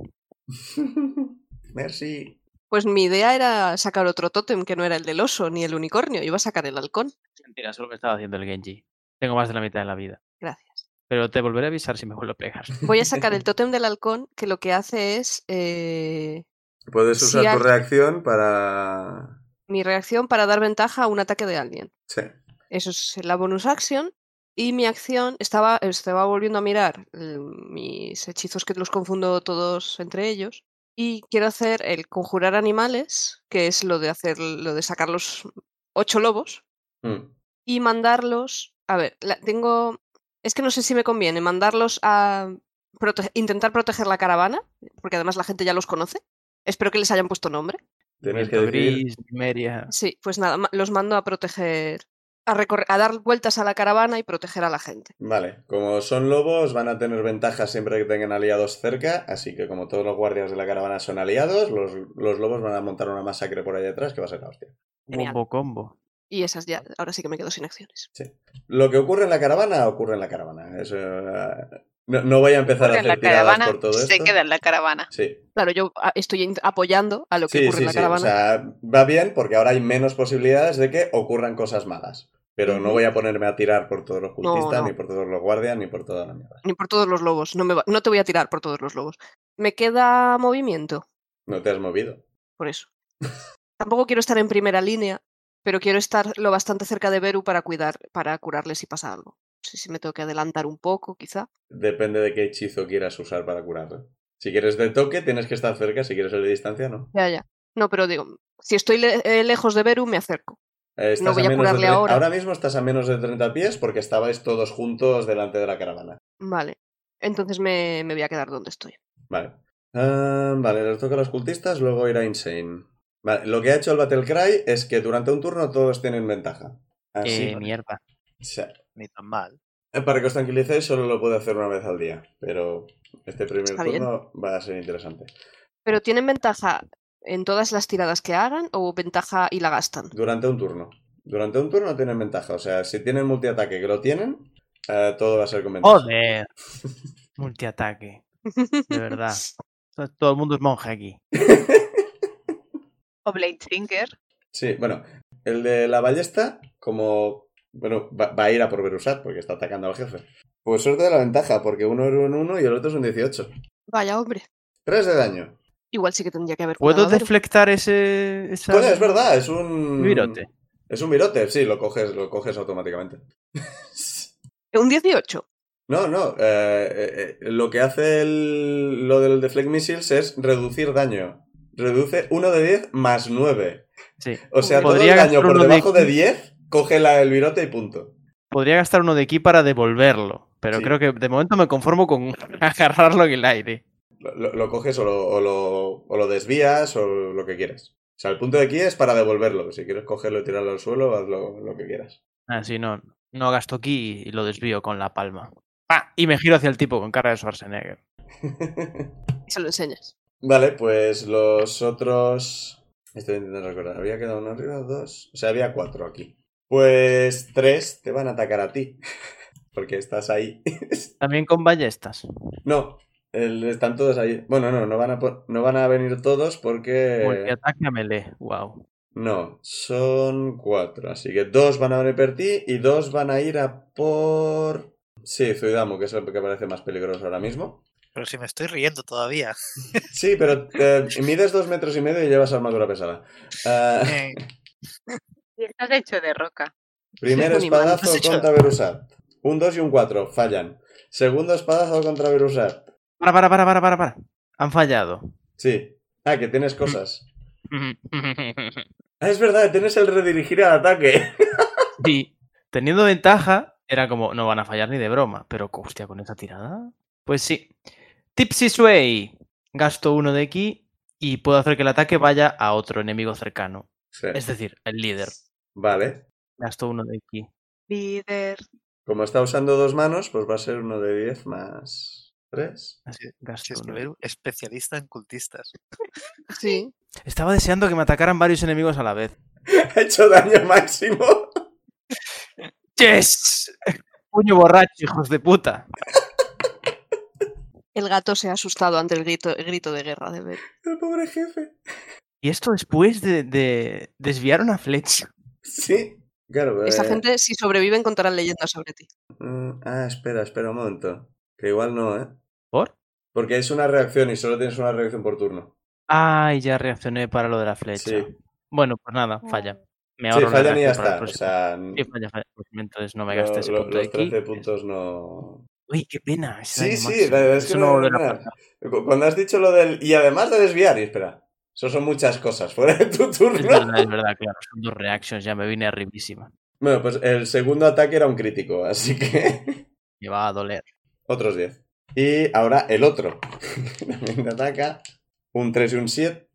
Speaker 1: Merci.
Speaker 3: Pues mi idea era sacar otro tótem que no era el del oso ni el unicornio. Iba a sacar el halcón.
Speaker 5: Mentira, es lo que estaba haciendo el Genji. Tengo más de la mitad de la vida.
Speaker 3: Gracias.
Speaker 5: Pero te volveré a avisar si me vuelvo a pegar.
Speaker 3: Voy a sacar el tótem del halcón que lo que hace es eh,
Speaker 1: Puedes
Speaker 3: Si
Speaker 1: usar tu
Speaker 3: hay-
Speaker 1: reacción para...
Speaker 3: mi reacción para dar ventaja a un ataque de alguien.
Speaker 1: Sí.
Speaker 3: Eso es la bonus action. Y mi acción estaba, estaba volviendo a mirar eh, mis hechizos que los confundo todos entre ellos. Y quiero hacer el conjurar animales, que es lo de hacer lo de sacar los ocho lobos,
Speaker 1: Mm.
Speaker 3: y mandarlos. A ver, la- tengo. Es que no sé si me conviene mandarlos a prote- intentar proteger la caravana, porque además la gente ya los conoce. Espero que les hayan puesto nombre.
Speaker 1: Tienes que
Speaker 5: Viento
Speaker 1: decidir...
Speaker 5: gris, Nimeria.
Speaker 3: Sí, pues nada, ma- los mando a proteger, a, recorre- a dar vueltas a la caravana y proteger a la gente.
Speaker 1: Vale, como son lobos, van a tener ventaja siempre que tengan aliados cerca, así que como todos los guardias de la caravana son aliados, los, los lobos van a montar una masacre por ahí detrás que va a ser la hostia.
Speaker 3: Genial.
Speaker 5: Combo combo.
Speaker 3: Y esas ya, ahora sí que me quedo sin acciones.
Speaker 1: Lo que ocurre en la caravana, ocurre en la caravana. Eso, eh, No, no voy a empezar a
Speaker 2: Porque en la
Speaker 1: hacer tiradas
Speaker 2: caravana
Speaker 1: por todo esto.
Speaker 2: se queda en la caravana.
Speaker 1: Sí.
Speaker 3: Claro, yo ah, estoy in- apoyando a lo que
Speaker 1: Sí,
Speaker 3: ocurre
Speaker 1: sí,
Speaker 3: en la
Speaker 1: sí.
Speaker 3: caravana.
Speaker 1: O sea, va bien porque ahora hay menos posibilidades de que ocurran cosas malas. Pero no voy a ponerme a tirar por todos los
Speaker 3: No,
Speaker 1: cultistas,
Speaker 3: no.
Speaker 1: ni por todos los guardias, ni por toda la mierda.
Speaker 3: Ni por todos los lobos. No, me va- no te voy a tirar por todos los lobos. Me queda movimiento,
Speaker 1: No te has movido.
Speaker 3: por eso. Tampoco quiero estar en primera línea, pero quiero estar lo bastante cerca de Beru para cuidar, para curarle si pasa algo. No sé si me tengo que adelantar un poco, quizá.
Speaker 1: Depende de qué hechizo quieras usar para curarla. Si quieres de toque, tienes que estar cerca. Si quieres el de distancia, no.
Speaker 3: Ya, ya. No, pero digo, si estoy le- eh, lejos de Beru, me acerco.
Speaker 1: Eh, estás
Speaker 3: No voy a
Speaker 1: menos de
Speaker 3: curarle
Speaker 1: tre-
Speaker 3: ahora.
Speaker 1: mismo estás a menos de 30 pies porque estabais todos juntos delante de la caravana.
Speaker 3: Vale. Entonces me, me voy a quedar donde estoy.
Speaker 1: Vale. Ah, vale, les toca a los cultistas, luego irá Insane. Vale, lo que ha hecho el Battle Cry es que durante un turno todos tienen ventaja. Así.
Speaker 5: Eh, mierda.
Speaker 1: o sea,
Speaker 4: Ni tan mal.
Speaker 1: eh, para que os tranquilicéis, solo lo puede hacer una vez al día. Pero este primer
Speaker 3: Está bien.
Speaker 1: turno va a ser interesante.
Speaker 3: ¿Pero tienen ventaja en todas las tiradas que hagan o ventaja y la gastan?
Speaker 1: Durante un turno. Durante un turno tienen ventaja. O sea, si tienen multiataque que lo tienen, eh, todo va a ser con ventaja.
Speaker 5: Joder. Multiataque. De verdad. To- Todo el mundo es monje aquí.
Speaker 2: O Blade Thinker.
Speaker 1: Sí, bueno, el de la ballesta, como. Bueno, va, va a ir a por Berusat porque está atacando al jefe. Pues suerte de la ventaja, porque uno era un 1 y el otro es un 18.
Speaker 3: Vaya, hombre.
Speaker 1: 3 de daño.
Speaker 3: Igual sí que tendría que haber
Speaker 5: ¿Puedo
Speaker 3: curado a Beru.
Speaker 5: deflectar ese. esa-
Speaker 1: Coño, es verdad, es un.
Speaker 5: Virote.
Speaker 1: Es un virote, sí, lo coges, lo coges automáticamente.
Speaker 3: Un 18.
Speaker 1: No, no. eh, eh, eh, lo que hace el- lo del Deflect Missiles es reducir daño. Reduce 1 de 10 más 9.
Speaker 5: Sí.
Speaker 1: O sea, todo
Speaker 5: Podría
Speaker 1: el daño
Speaker 5: gastar
Speaker 1: por
Speaker 5: uno de
Speaker 1: debajo de
Speaker 5: aquí.
Speaker 1: 10, coge la, el virote y punto.
Speaker 5: Podría gastar uno de aquí para devolverlo. Pero
Speaker 1: Sí.
Speaker 5: creo que de momento me conformo con agarrarlo en el aire.
Speaker 1: Lo- Lo, lo coges o lo, o lo- o lo desvías o lo que quieras. O sea, el punto de aquí es para devolverlo. Si quieres cogerlo y tirarlo al suelo, haz lo, lo que quieras.
Speaker 5: Ah, sí, no. No gasto aquí y lo desvío con la palma. ¡Pa! Y me giro hacia el tipo con cara de Schwarzenegger.
Speaker 3: Y se lo enseñas.
Speaker 1: vale, pues los otros... Estoy intentando recordar. Había quedado uno arriba, dos... O sea, había cuatro aquí. Pues tres te van a atacar a ti. Porque estás ahí.
Speaker 5: También con ballestas.
Speaker 1: no, el- están todos ahí. Bueno, no, no van a, po- no van a venir todos porque...
Speaker 5: Multiataque a melee. Wow.
Speaker 1: No, son cuatro. Así que dos van a venir por ti y dos van a ir a por. Sí, Zuidamo, que es el que parece más peligroso ahora mismo.
Speaker 4: Pero si me estoy riendo todavía.
Speaker 1: Sí, pero eh, mides dos metros y medio y llevas armadura pesada. Ah,
Speaker 4: Eh,
Speaker 2: Y estás hecho de roca.
Speaker 1: primer
Speaker 3: un imán.
Speaker 1: espadazo
Speaker 4: ¿Has hecho?
Speaker 1: contra Berusat. Un 2 y un 4, fallan. Segundo espadazo contra Berusat.
Speaker 5: Para, para, para, para, para, para. Han fallado.
Speaker 1: Sí. Ah, que tienes cosas.
Speaker 5: Mm.
Speaker 1: Ah, es verdad, tienes el redirigir al ataque.
Speaker 5: Sí. Teniendo ventaja, era como, no van a fallar ni de broma. Pero, hostia, con esa tirada. Pues sí. Tipsy Sway. Gasto uno de aquí y puedo hacer que el ataque vaya a otro enemigo cercano.
Speaker 1: Sí.
Speaker 5: Es decir, el líder.
Speaker 1: Vale.
Speaker 5: Gasto uno de aquí.
Speaker 2: Líder.
Speaker 1: Como está usando dos manos, pues va a ser uno de 10 más 3.
Speaker 5: Así, gasto
Speaker 4: si es
Speaker 5: uno.
Speaker 4: Beru, especialista en cultistas.
Speaker 3: Sí.
Speaker 5: Estaba deseando que me atacaran varios enemigos a la vez.
Speaker 1: ha hecho daño máximo.
Speaker 5: ¡Yes! Puño borracho, hijos de puta.
Speaker 3: El gato se ha asustado ante el grito, el grito de guerra de Beru.
Speaker 1: El pobre jefe.
Speaker 5: Y esto después de, de desviar una flecha.
Speaker 1: Sí. Claro,
Speaker 3: Esa
Speaker 1: eh,
Speaker 3: gente, si sobreviven, contarán leyendas sobre ti.
Speaker 1: mm, Ah, espera, espera un momento. Que igual no, ¿eh?
Speaker 5: ¿Por?
Speaker 1: Porque es una reacción y solo tienes una reacción por turno.
Speaker 5: Ay, Ah, ya reaccioné para lo de la flecha.
Speaker 1: Sí.
Speaker 5: Bueno, pues nada, falla. Me
Speaker 1: Ah. sí,
Speaker 5: ahorro una
Speaker 1: fallan y ya
Speaker 5: reacción
Speaker 1: está.
Speaker 5: para el
Speaker 1: O
Speaker 5: próximo.
Speaker 1: sea,
Speaker 5: Sí, falla, falla. Pues entonces no me
Speaker 1: lo-
Speaker 5: gasté ese
Speaker 1: lo-
Speaker 5: punto de
Speaker 1: los
Speaker 5: aquí.
Speaker 1: 13 puntos no.
Speaker 5: Uy, qué pena. ese
Speaker 1: Sí,
Speaker 5: daño
Speaker 1: sí,
Speaker 5: máximo.
Speaker 1: es que
Speaker 5: Eso
Speaker 1: no
Speaker 5: no
Speaker 1: me
Speaker 5: volverá a
Speaker 1: vengan.
Speaker 5: pasar.
Speaker 1: Cu- Cuando has dicho lo del. Y además de desviar, y espera. Eso son muchas cosas fuera de tu
Speaker 5: Es
Speaker 1: turno.
Speaker 5: verdad, es verdad, claro. Son dos reactions, ya me vine arribísima.
Speaker 1: Bueno, pues el segundo ataque era un crítico, así que.
Speaker 5: Me va a doler.
Speaker 1: Otros 10. Y ahora el otro. También te ataca. Un 3 y un 7.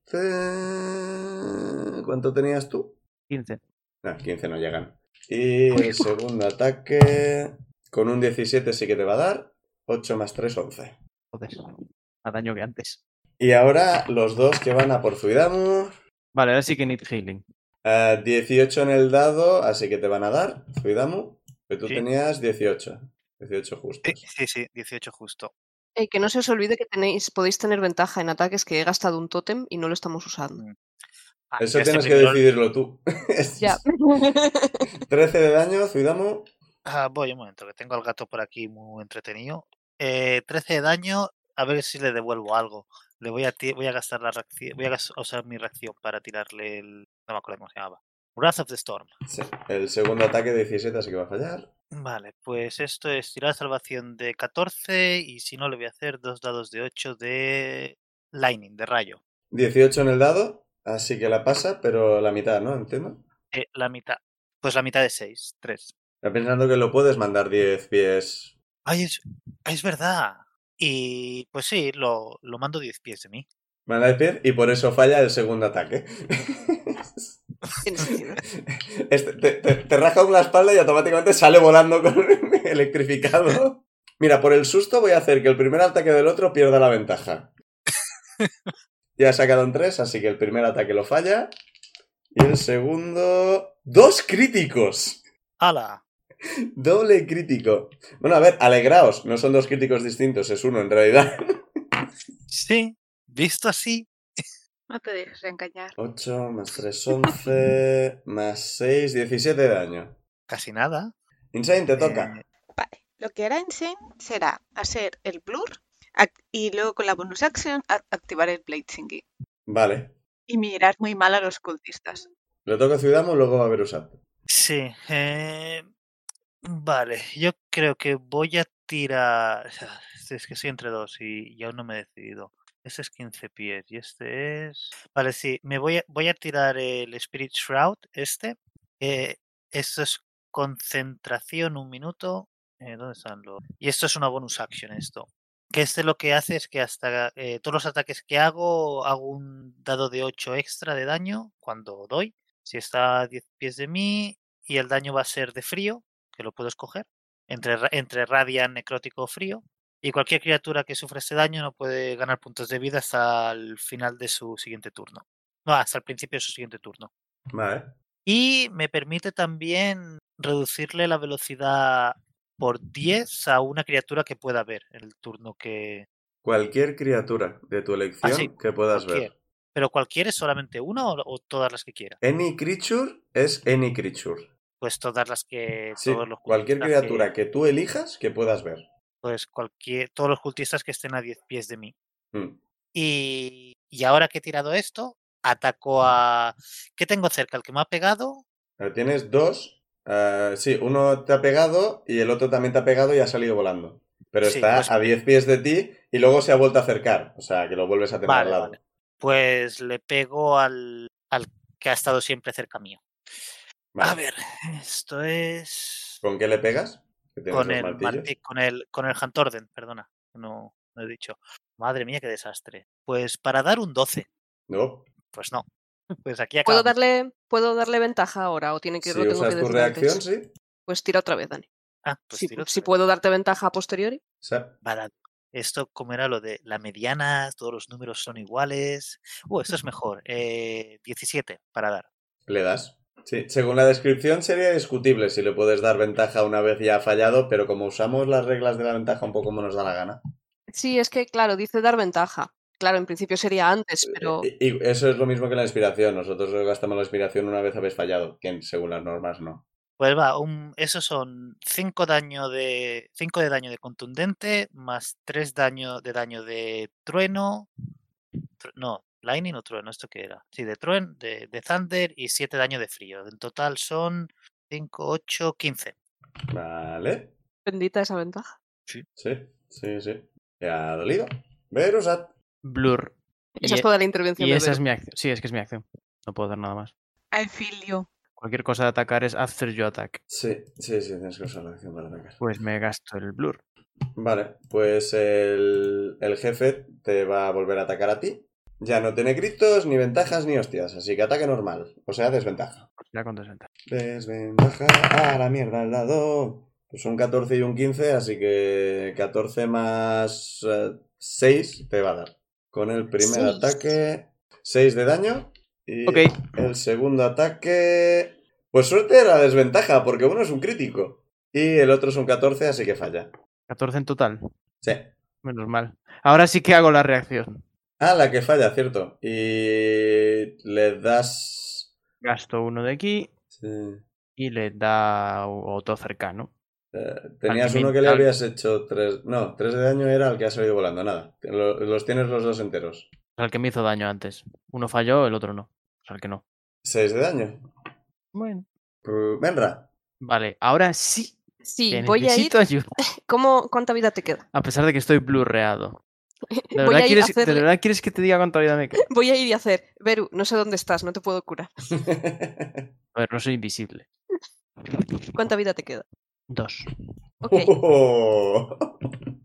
Speaker 1: ¿Cuánto tenías tú?
Speaker 5: 15.
Speaker 1: No, 15 no llegan. Y el segundo ataque. Con un 17 sí que te va a dar. 8 más 3, 11.
Speaker 5: Joder. Más daño que antes.
Speaker 1: Y ahora los dos que van a por Zuidamu.
Speaker 5: Vale, ahora sí que need healing.
Speaker 1: Eh, 18 en el dado, así que te van a dar, Zuidamu. Que tú
Speaker 4: Sí.
Speaker 1: tenías 18. 18
Speaker 4: Sí,
Speaker 1: justos.
Speaker 4: sí, sí, 18 justo.
Speaker 3: Eh, que no se os olvide que tenéis, podéis tener ventaja en ataques que he gastado un tótem y no lo estamos usando.
Speaker 4: Ah,
Speaker 1: Eso
Speaker 4: este
Speaker 1: tienes que
Speaker 4: primero-
Speaker 1: decidirlo tú.
Speaker 3: Ya.
Speaker 1: 13 de daño, Zuidamo.
Speaker 4: Ah, voy un momento, que tengo al gato por aquí muy entretenido. Eh, 13 de daño, a ver si le devuelvo algo. Le voy a, ti- voy a gastar la reacción, voy a gas- a usar mi reacción para tirarle el. No me acuerdo cómo se llamaba. Wrath of the Storm.
Speaker 1: Sí, El segundo ataque 17, así que va a fallar.
Speaker 4: Vale, pues esto es tirar salvación de 14 y si no le voy a hacer dos dados de 8 de lightning, de rayo.
Speaker 1: 18 en el dado, así que la pasa, pero la mitad, ¿no? Entiendo.
Speaker 4: Eh, la mitad. Pues la mitad de 6, 3.
Speaker 1: Está pensando que lo puedes mandar 10 pies.
Speaker 4: Ay, es, ay, es verdad. Y pues sí, lo, lo mando 10 pies de mí.
Speaker 1: Manda 10 pies y por eso falla el segundo ataque.
Speaker 3: Tiene sentido.
Speaker 1: Este- te, te- te raja con la espalda y automáticamente sale volando con electrificado. Mira, por el susto voy a hacer que el primer ataque del otro pierda la ventaja. Ya sacaron tres, así que el primer ataque lo falla. Y el segundo... ¡Dos críticos!
Speaker 4: ¡Hala!
Speaker 1: Doble crítico. Bueno, a ver, alegraos. No son dos críticos distintos, es uno en realidad.
Speaker 4: Sí, visto así.
Speaker 2: No te dejes engañar.
Speaker 1: 8 más 3, 11 más 6, 17 de daño.
Speaker 4: Casi nada.
Speaker 1: Insane, te toca.
Speaker 4: Eh,
Speaker 2: Vale. Lo que hará Insane será hacer el blur ac- y luego con la bonus action a- activar el blade singing.
Speaker 1: Vale.
Speaker 2: Y mirar muy mal a los cultistas.
Speaker 1: Le toca a Ciudadamo, luego va a ver
Speaker 4: sí. eh, vale, yo creo que voy a tirar. Es que soy entre dos y, y aún no me he decidido. Este es 15 pies y este es. Vale, sí, me voy a, voy a tirar el Spirit Shroud, este. Eh, esto es concentración, un minuto. Eh, ¿Dónde están los.? Y esto es una bonus action, esto. Que este lo que hace es que hasta eh, todos los ataques que hago, hago un dado de 8 extra de daño cuando doy. Si está a 10 pies de mí, y el daño va a ser de frío, que lo puedo escoger, entre, ra- entre radian, necrótico o frío. Y cualquier criatura que sufra ese daño no puede ganar puntos de vida hasta el final de su siguiente turno. No, hasta el principio de su siguiente turno.
Speaker 1: Vale.
Speaker 4: Y me permite también reducirle la velocidad por 10 a una criatura que pueda ver en el turno que...
Speaker 1: Cualquier criatura de tu elección
Speaker 4: Ah, sí,
Speaker 1: que puedas
Speaker 4: cualquier.
Speaker 1: ver.
Speaker 4: Pero cualquiera es solamente una o, o todas las que quiera.
Speaker 1: Any creature es any creature.
Speaker 4: Pues todas las que...
Speaker 1: Sí,
Speaker 4: todos los
Speaker 1: cualquier
Speaker 4: cultistas que-
Speaker 1: criatura que tú elijas que puedas ver.
Speaker 4: pues cualquier, todos los cultistas que estén a 10 pies de mí.
Speaker 1: Mm.
Speaker 4: Y, y ahora que he tirado esto, ataco a... ¿Qué tengo cerca? ¿El que me ha pegado?
Speaker 1: Ahora Eh, Tienes dos. ah, sí, uno te ha pegado y el otro también te ha pegado y ha salido volando. Pero
Speaker 4: Sí,
Speaker 1: está
Speaker 4: pues-
Speaker 1: a 10 pies de ti y luego se ha vuelto a acercar. O sea, que lo vuelves a tener
Speaker 4: Vale,
Speaker 1: al lado.
Speaker 4: vale. Pues le pego al, al que ha estado siempre cerca mío. A
Speaker 1: Vale.
Speaker 4: ver, esto es...
Speaker 1: ¿Con qué le pegas? Que tienes
Speaker 4: Con
Speaker 1: los
Speaker 4: el,
Speaker 1: martillos.
Speaker 4: marti- con el con el Hantorden, perdona. No, no he dicho. Madre mía, qué desastre. Pues para dar un 12.
Speaker 1: No.
Speaker 4: Pues no. Pues aquí
Speaker 3: ¿Puedo
Speaker 4: acabamos.
Speaker 3: darle, ¿Puedo darle ventaja ahora o tiene que
Speaker 1: Si
Speaker 3: lo tengo
Speaker 1: usas
Speaker 3: que
Speaker 1: tu
Speaker 3: decir
Speaker 1: reacción,
Speaker 3: antes?
Speaker 1: sí.
Speaker 3: Pues tira otra vez, Dani.
Speaker 4: Ah, pues
Speaker 3: si,
Speaker 4: tiro
Speaker 3: si
Speaker 4: tres.
Speaker 3: puedo darte ventaja a posteriori.
Speaker 1: O sea,
Speaker 4: para esto como era lo de la mediana, todos los números son iguales. Uh, esto es mejor. eh, 17 para dar.
Speaker 1: Le das. Sí, según la descripción sería discutible si le puedes dar ventaja una vez ya ha fallado, pero como usamos las reglas de la ventaja un poco como nos da la gana.
Speaker 3: Sí, es que, claro, dice dar ventaja. Claro, en principio sería antes, pero
Speaker 1: Y, y eso es lo mismo que la inspiración. Nosotros gastamos la inspiración una vez habéis fallado, que según las normas no.
Speaker 4: Pues va, un, esos son 5 daño de 5 de daño de contundente más 3 daño de daño de trueno. tru- no, lightning o trueno, esto que era. Sí, de trueno, de, de thunder y 7 daño de frío. En total son 5 8 15.
Speaker 1: Vale.
Speaker 3: bendita esa ventaja.
Speaker 1: Sí, sí, sí. Ya ha dolido. Verusat.
Speaker 5: Blur. Y,
Speaker 3: e Esa es toda la intervención
Speaker 5: y
Speaker 3: de
Speaker 5: esa es
Speaker 3: Vero.
Speaker 5: mi acción. Sí, es que es mi acción. No puedo hacer nada más.
Speaker 2: I feel you.
Speaker 5: Cualquier cosa de atacar es after you attack.
Speaker 1: Sí, sí, sí, tienes que usar la acción para atacar.
Speaker 5: Pues me gasto el blur.
Speaker 1: Vale, pues el, el jefe te va a volver a atacar a ti. Ya no tiene gritos, ni ventajas, ni hostias, así que ataque normal, o sea, desventaja.
Speaker 5: Pues ya con desventaja.
Speaker 1: Desventaja. ¡Ah, la mierda! El dado. Pues son 14 y un 15, así que 14 más 6 te va a dar. Con el primer
Speaker 3: Seis.
Speaker 1: ataque, 6 de daño. Y
Speaker 5: Ok.
Speaker 1: el segundo ataque. Pues suerte la desventaja, porque uno es un crítico. Y el otro es un 14, así que falla.
Speaker 5: 14 en total.
Speaker 1: Sí.
Speaker 5: Menos mal. Ahora sí que hago la reacción.
Speaker 1: Ah, la que falla, cierto. Y le das...
Speaker 5: Gasto uno de aquí
Speaker 1: sí.
Speaker 5: y le da otro cercano.
Speaker 1: Eh, Tenías
Speaker 5: Al que me-
Speaker 1: uno que le
Speaker 5: al-
Speaker 1: habías hecho tres... No, tres de daño era el que ha salido volando, nada. Lo- Los tienes los dos enteros.
Speaker 5: Al que me hizo daño antes. Uno falló, el otro no. O sea, el que no.
Speaker 1: Seis de daño.
Speaker 5: Bueno.
Speaker 1: Mm, Benra.
Speaker 5: Vale, ahora sí.
Speaker 3: Sí,
Speaker 5: que
Speaker 3: voy a ir.
Speaker 5: necesito ayuda.
Speaker 3: ¿Cómo, ¿Cuánta vida te queda?
Speaker 5: A pesar de que estoy blurreado. ¿De
Speaker 3: Voy
Speaker 5: verdad,
Speaker 3: a ir a
Speaker 5: quieres, de
Speaker 3: hacerle-
Speaker 5: verdad quieres que te diga cuánta vida me queda?
Speaker 3: Voy a ir y hacer. Beru, no sé dónde estás, no te puedo curar.
Speaker 5: A ver, no soy invisible.
Speaker 3: ¿Cuánta vida te queda?
Speaker 5: Dos.
Speaker 3: Ok,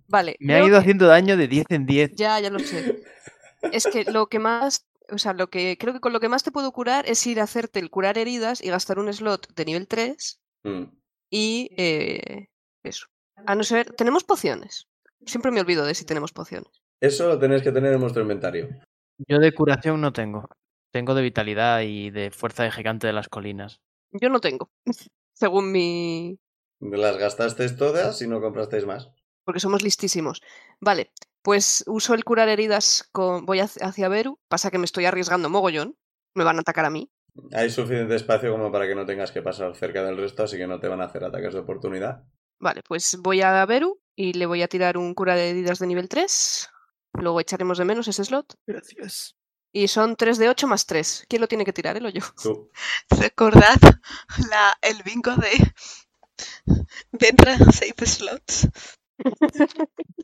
Speaker 3: vale.
Speaker 5: Me ha
Speaker 3: veo
Speaker 5: ido
Speaker 3: que-
Speaker 5: haciendo daño de 10 en 10.
Speaker 3: Ya, ya lo sé. Es que lo que más, o sea, lo que creo que con lo que más te puedo curar es ir a hacerte el curar heridas y gastar un slot de nivel 3
Speaker 1: Mm.
Speaker 3: y eh, eso. A no ser, tenemos pociones. Siempre me olvido de si tenemos pociones.
Speaker 1: Eso lo tenéis que tener en vuestro inventario.
Speaker 5: Yo de curación no tengo. Tengo de vitalidad y de fuerza de gigante de las colinas.
Speaker 3: Yo no tengo, según mi,
Speaker 1: Las gastasteis todas y no comprasteis más.
Speaker 3: porque somos listísimos. Vale, pues uso el curar heridas con voy hacia hacia Beru, pasa que me estoy arriesgando mogollón, me van a atacar a mí.
Speaker 1: Hay suficiente espacio como para que no tengas que pasar cerca del resto, así que no te van a hacer ataques de oportunidad.
Speaker 3: Vale, pues voy a Beru y le voy a tirar un curar heridas de nivel 3. Luego echaremos de menos ese slot.
Speaker 5: Gracias.
Speaker 3: Y son 3 de 8 más 3. ¿Quién lo tiene que tirar, el hoyo?
Speaker 1: Tú.
Speaker 2: Recordad la, el bingo de Vendrá 6 slots.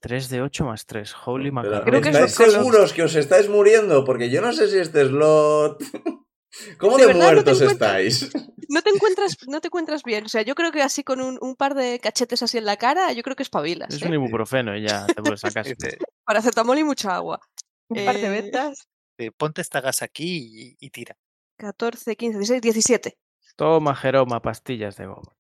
Speaker 5: 3 de 8 más 3. Holy
Speaker 1: Pero,
Speaker 5: mackerel.
Speaker 3: Creo que es
Speaker 1: ¿Estáis
Speaker 3: lo que-
Speaker 1: seguros que os estáis muriendo? Porque yo no sé si este slot... ¿Cómo de,
Speaker 3: De verdad, no te
Speaker 1: muertos
Speaker 3: encuentras.
Speaker 1: estáis?
Speaker 3: No te encuentras, no te encuentras bien. O sea, yo creo que así con un, un par de cachetes así en la cara, yo creo que espabilas.
Speaker 5: Es
Speaker 3: ¿eh?
Speaker 5: un ibuprofeno y ya te vuelves a casa.
Speaker 4: Dice,
Speaker 3: Paracetamol y mucha agua.
Speaker 6: Un par de
Speaker 3: Eh,
Speaker 6: ventas.
Speaker 4: eh, ponte esta gas aquí y, y tira.
Speaker 3: Eh, 14, 15, 16, 17.
Speaker 5: Toma, Jeroma, pastillas de goma.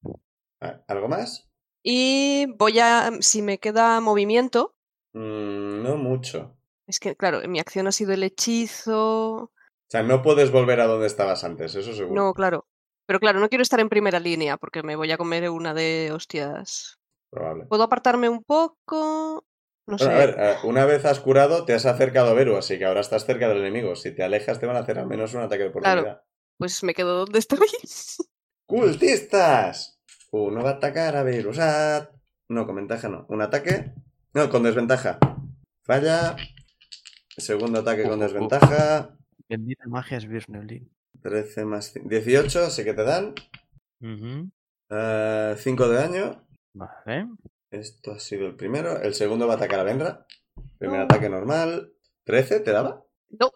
Speaker 1: Ah, ¿Algo más?
Speaker 3: Y voy a, si me queda movimiento,
Speaker 1: Mm, no mucho.
Speaker 3: es que claro, mi acción ha sido el hechizo.
Speaker 1: O sea, no puedes volver a donde estabas antes, eso seguro.
Speaker 3: No, claro. Pero claro, no quiero estar en primera línea porque me voy a comer una de hostias.
Speaker 1: Probable.
Speaker 3: ¿Puedo apartarme un poco? No sé.
Speaker 1: Bueno, a ver, eh, una vez has curado, te has acercado a Beru, así que ahora estás cerca del enemigo. Si te alejas, te van a hacer al menos un ataque de
Speaker 3: Claro.
Speaker 1: oportunidad.
Speaker 3: Pues me quedo donde estoy.
Speaker 1: ¡Cultistas! Uno va a atacar a Virusat. No, con ventaja no. Un ataque. No, con desventaja. Falla. Segundo ataque con desventaja.
Speaker 5: Bendita magia es Birneulin.
Speaker 1: 13 más cin- 18, así que te dan. 5 de daño.
Speaker 5: Vale.
Speaker 1: Esto ha sido el primero. El segundo va a atacar a Benra. Primer ataque normal. ¿13 te daba?
Speaker 3: No,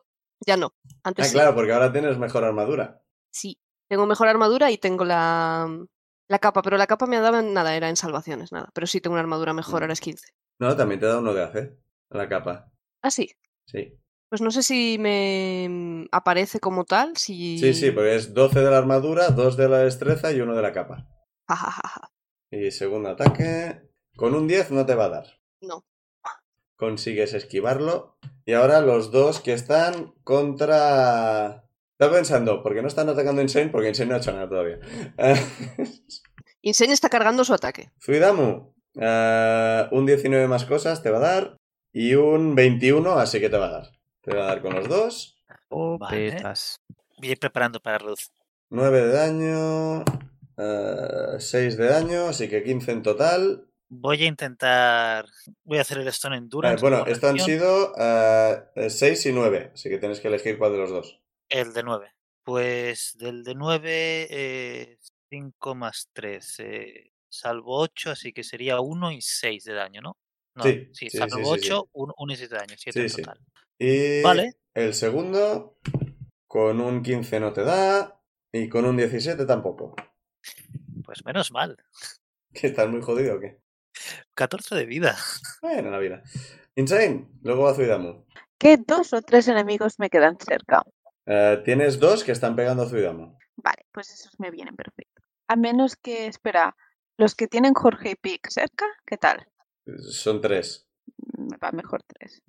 Speaker 3: ya no. Antes
Speaker 1: Ah,
Speaker 3: sí.
Speaker 1: claro, porque ahora tienes mejor armadura.
Speaker 3: Sí. Tengo mejor armadura y tengo la, mm, la capa, pero la capa me daba en nada, era en salvaciones, nada. Pero sí tengo una armadura
Speaker 1: Mm.
Speaker 3: mejor, ahora es 15.
Speaker 1: No, también te da uno de AC. La capa.
Speaker 3: Ah, sí.
Speaker 1: Sí.
Speaker 3: Pues no sé si me mm, aparece como tal, si...
Speaker 1: Sí, sí, porque es 12 de la armadura, 2 de la destreza y uno de la capa.
Speaker 3: Ja, ja, ja, ja.
Speaker 1: Y segundo ataque. Con un 10 no te va a dar.
Speaker 3: No.
Speaker 1: Consigues esquivarlo. Y ahora los dos que están contra. Estaba pensando, ¿por qué no están atacando a Insane? Porque Insane no ha hecho nada todavía.
Speaker 3: Insane está cargando su ataque.
Speaker 1: Zuidamu. eh, un 19 más cosas te va a dar. Y un 21, así que te va a dar. Te va a dar con los dos.
Speaker 5: Oh,
Speaker 4: Vale.
Speaker 5: Petas.
Speaker 4: Voy a ir preparando para reducir.
Speaker 1: 9 de daño. 6 de daño, así que 15 en total.
Speaker 4: Voy a intentar. Voy a hacer el Stone
Speaker 1: Vale,
Speaker 4: Endurance.
Speaker 1: bueno,
Speaker 4: como
Speaker 1: esto han
Speaker 4: reacción,
Speaker 1: sido 6 y 9, así que tienes que elegir cuál de los dos.
Speaker 4: El de 9. Pues del de 9, 5 más 3. salvo 8, así que sería 1 y 6 de daño, ¿no? No,
Speaker 1: Sí, sí, sí,
Speaker 4: salvo
Speaker 1: sí, sí.
Speaker 4: 8, 1 y 6 de daño, 7 en
Speaker 1: Sí, Eh sí.
Speaker 4: total.
Speaker 1: Y
Speaker 4: Vale.
Speaker 1: el segundo, con un 15 no te da, y con un 17 tampoco.
Speaker 4: Pues menos mal.
Speaker 1: ¿Que estás muy jodido o qué?
Speaker 4: 14 de vida.
Speaker 1: Bueno, la vida. Insane, luego a Zuidamu.
Speaker 6: ¿Qué dos o tres enemigos me quedan cerca?
Speaker 1: Eh, tienes dos que están pegando a Zuidamu.
Speaker 6: Vale, pues esos me vienen perfecto. A menos que, espera, los que tienen Jorge y Pic cerca, ¿qué tal?
Speaker 1: Son tres.
Speaker 6: Mm, Me va mejor tres.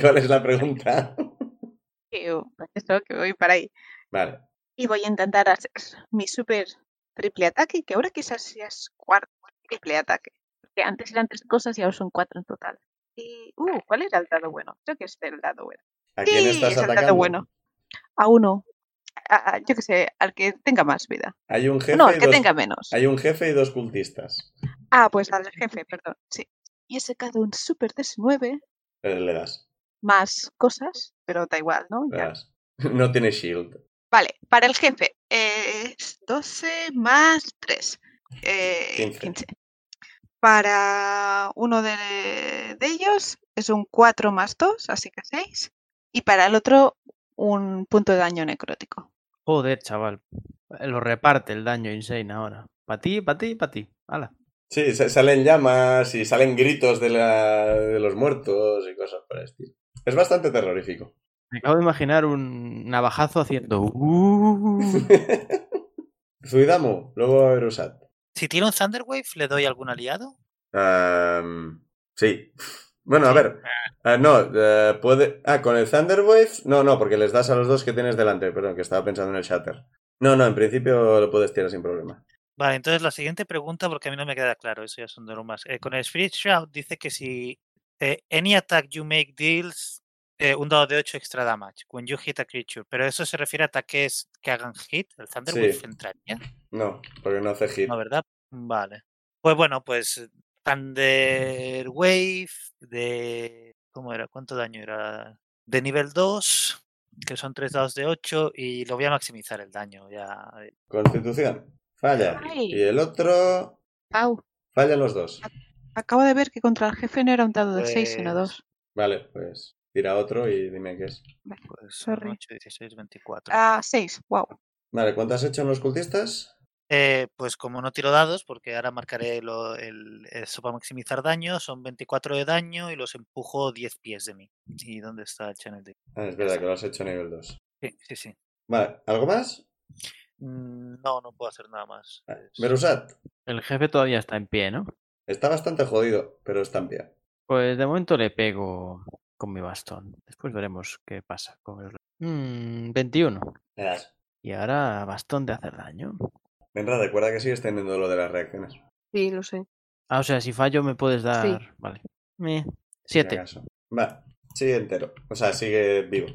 Speaker 1: ¿Cuál es la pregunta?
Speaker 6: Ew, pues Eso que voy para ahí.
Speaker 1: Vale.
Speaker 6: Y voy a intentar hacer mi super
Speaker 2: triple ataque, que ahora quizás sea es cuarto triple ataque.
Speaker 6: Que antes eran tres cosas y ahora son cuatro en total.
Speaker 2: Y, uh, ¿cuál era el dado bueno? Creo que es
Speaker 6: este
Speaker 2: el dado bueno.
Speaker 1: ¿A quién
Speaker 2: Sí,
Speaker 1: estás
Speaker 2: es el
Speaker 1: atacando?
Speaker 2: dado bueno.
Speaker 6: A uno.
Speaker 2: A- a- yo qué sé, al que tenga más vida.
Speaker 1: Hay un jefe
Speaker 2: No,
Speaker 1: y
Speaker 2: al que
Speaker 1: dos...
Speaker 2: tenga menos.
Speaker 1: Hay un jefe y dos cultistas.
Speaker 2: Ah, pues al jefe, perdón. Sí.
Speaker 6: Y he sacado un super 19
Speaker 1: Eh, Le das.
Speaker 6: más
Speaker 2: Cosas, pero da igual, ¿no?
Speaker 1: Le
Speaker 2: Ya.
Speaker 1: das. No tiene shield.
Speaker 2: Vale, para el jefe eh, es 12 más 3.
Speaker 1: 15.
Speaker 2: 15. Para uno de, de ellos es un 4 más 2, así que 6. Y para el otro un punto de daño necrótico.
Speaker 5: Joder, chaval. Eh, Lo reparte el daño insane ahora. Pa' ti, pa' ti, pa' ti. Hala.
Speaker 1: Sí, sa- salen llamas y salen gritos de, la- de los muertos y cosas por el estilo. Es bastante terrorífico.
Speaker 5: Me acabo de imaginar un navajazo haciendo. "Uh".
Speaker 1: Zuidamu, luego Erusat.
Speaker 4: Si tiro un Thunderwave, ¿le doy algún aliado?
Speaker 1: Am, sí. Bueno, a ver. Ah, no, eh, puede. Ah, con el Thunderwave. No, no, porque les das a los dos que tienes delante. Perdón, que estaba pensando en el Shatter. No, no, en principio lo puedes tirar sin problema.
Speaker 4: Vale, entonces la siguiente pregunta, porque a mí no me queda claro, eso ya son de lo más. Eh, con el Spirit Shroud dice que si eh, any attack you make deals eh, un dado de 8 extra damage when you hit a creature, pero eso se refiere a ataques que hagan hit, el Thunderwave
Speaker 1: Sí.
Speaker 4: entraría,
Speaker 1: No, porque no hace hit.
Speaker 4: ¿no verdad? Vale. Pues bueno, pues Thunderwave de ¿cómo era? ¿Cuánto daño era? De nivel 2, que son 3 dados de 8 y lo voy a maximizar el daño ya. eh,
Speaker 1: Constitución. Falla.
Speaker 6: Ay.
Speaker 1: Y el otro.
Speaker 6: Au.
Speaker 1: Fallan los dos.
Speaker 6: Acabo de ver que contra el jefe no era un dado de 6, sino
Speaker 4: Pues-
Speaker 6: 2.
Speaker 1: Vale, pues tira otro y dime qué es.
Speaker 4: Pues
Speaker 6: Sorry.
Speaker 4: 8, 16, 24.
Speaker 2: Ah, 6, wow.
Speaker 1: Vale, ¿cuánto has hecho en los cultistas?
Speaker 4: Eh, pues como no tiro dados, porque ahora marcaré lo- el, eso para maximizar daño, son 24 de daño y los empujo 10 pies de mí. ¿Y dónde está el channel? de-
Speaker 1: Ah, es verdad que lo has hecho a nivel 2.
Speaker 4: Sí, sí, sí.
Speaker 1: Vale, ¿algo más?
Speaker 4: Mm, No, no puedo hacer nada más. es-
Speaker 1: Verusat.
Speaker 5: El jefe todavía está en pie, ¿no?
Speaker 1: Está bastante jodido, pero está en pie.
Speaker 5: Pues de momento le pego con mi bastón. Después veremos qué pasa con el. Mm, 21.
Speaker 1: Le das.
Speaker 5: Y ahora bastón de hacer daño.
Speaker 1: Venra, recuerda que sigues teniendo lo de las reacciones. por
Speaker 3: Sí, lo sé.
Speaker 5: Ah, o sea, si fallo me puedes dar. Vale. Eh,
Speaker 1: si
Speaker 5: siete.
Speaker 1: acaso. Vale, sigue entero. O sea, sigue vivo.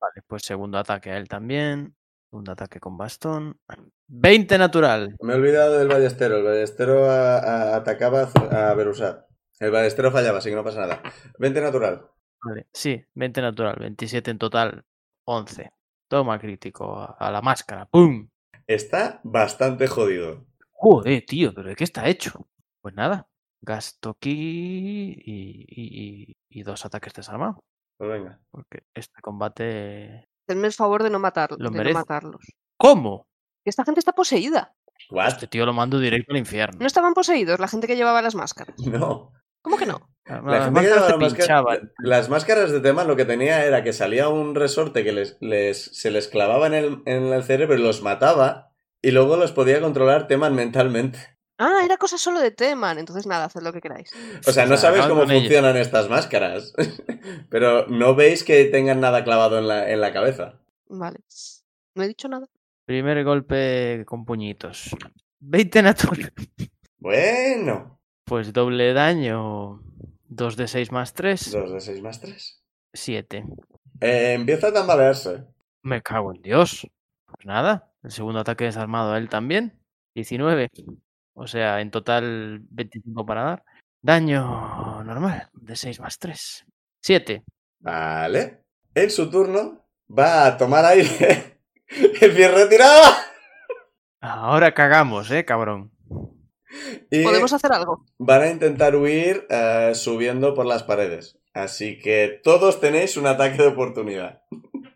Speaker 5: Vale, pues segundo ataque a él también. Segundo ataque con bastón. 20 natural.
Speaker 1: Me he olvidado del ballestero. El ballestero a- a- atacaba a Zu- a Verusat. El ballestero fallaba, así que no pasa nada. 20 natural.
Speaker 5: Vale, sí, 20 natural. 27 en total. 11. Toma crítico a, a la máscara. ¡Pum!
Speaker 1: Está bastante jodido.
Speaker 5: Joder, tío, pero ¿de qué está hecho? Pues nada. Gasto aquí y, y- y- y dos ataques desarmados.
Speaker 1: Pues venga.
Speaker 5: Porque este combate.
Speaker 3: Tenme el favor de no, matar, de no
Speaker 5: merece.
Speaker 3: matarlos.
Speaker 5: ¿Cómo?
Speaker 3: Que Esta gente está poseída.
Speaker 1: ¿What?
Speaker 5: Este tío lo mando directo al infierno.
Speaker 3: No estaban poseídos la gente que llevaba las máscaras.
Speaker 1: No.
Speaker 3: ¿Cómo que no?
Speaker 5: Ah, no,
Speaker 1: La
Speaker 5: las
Speaker 1: gente que
Speaker 5: máscaras
Speaker 1: llevaba
Speaker 5: te
Speaker 1: la máscara-
Speaker 5: pinchaban.
Speaker 1: las máscaras de tema lo que tenía era que salía un resorte que les, les- se les clavaba en el, en el cerebro y los mataba y luego los podía controlar teman mentalmente.
Speaker 3: Ah, era cosa solo de Teman. Entonces nada, haced lo que queráis.
Speaker 1: O sea, no
Speaker 5: O sea,
Speaker 1: sabes
Speaker 5: acaban
Speaker 1: cómo
Speaker 5: con ello.
Speaker 1: funcionan estas máscaras, pero no veis que tengan nada clavado en la, en la cabeza.
Speaker 3: Vale. No he dicho nada.
Speaker 5: Primer golpe con puñitos. 20 natural.
Speaker 1: Bueno.
Speaker 5: Pues doble daño. 2 de 6 más 3,
Speaker 1: 2 de 6 más 3.
Speaker 5: 7.
Speaker 1: empieza a tambalearse.
Speaker 5: Me cago en Dios. Pues nada, el segundo ataque desarmado a él también. 19. O sea, en total 25 para dar. Daño normal, de 6 más 3. 7.
Speaker 1: Vale. En su turno va a tomar aire. ¡Empieza retirada!
Speaker 5: Ahora cagamos, eh, cabrón. Eh,
Speaker 1: Y...
Speaker 3: ¿Podemos hacer algo?
Speaker 1: Van a intentar huir eh, subiendo por las paredes. Así que todos tenéis un ataque de oportunidad.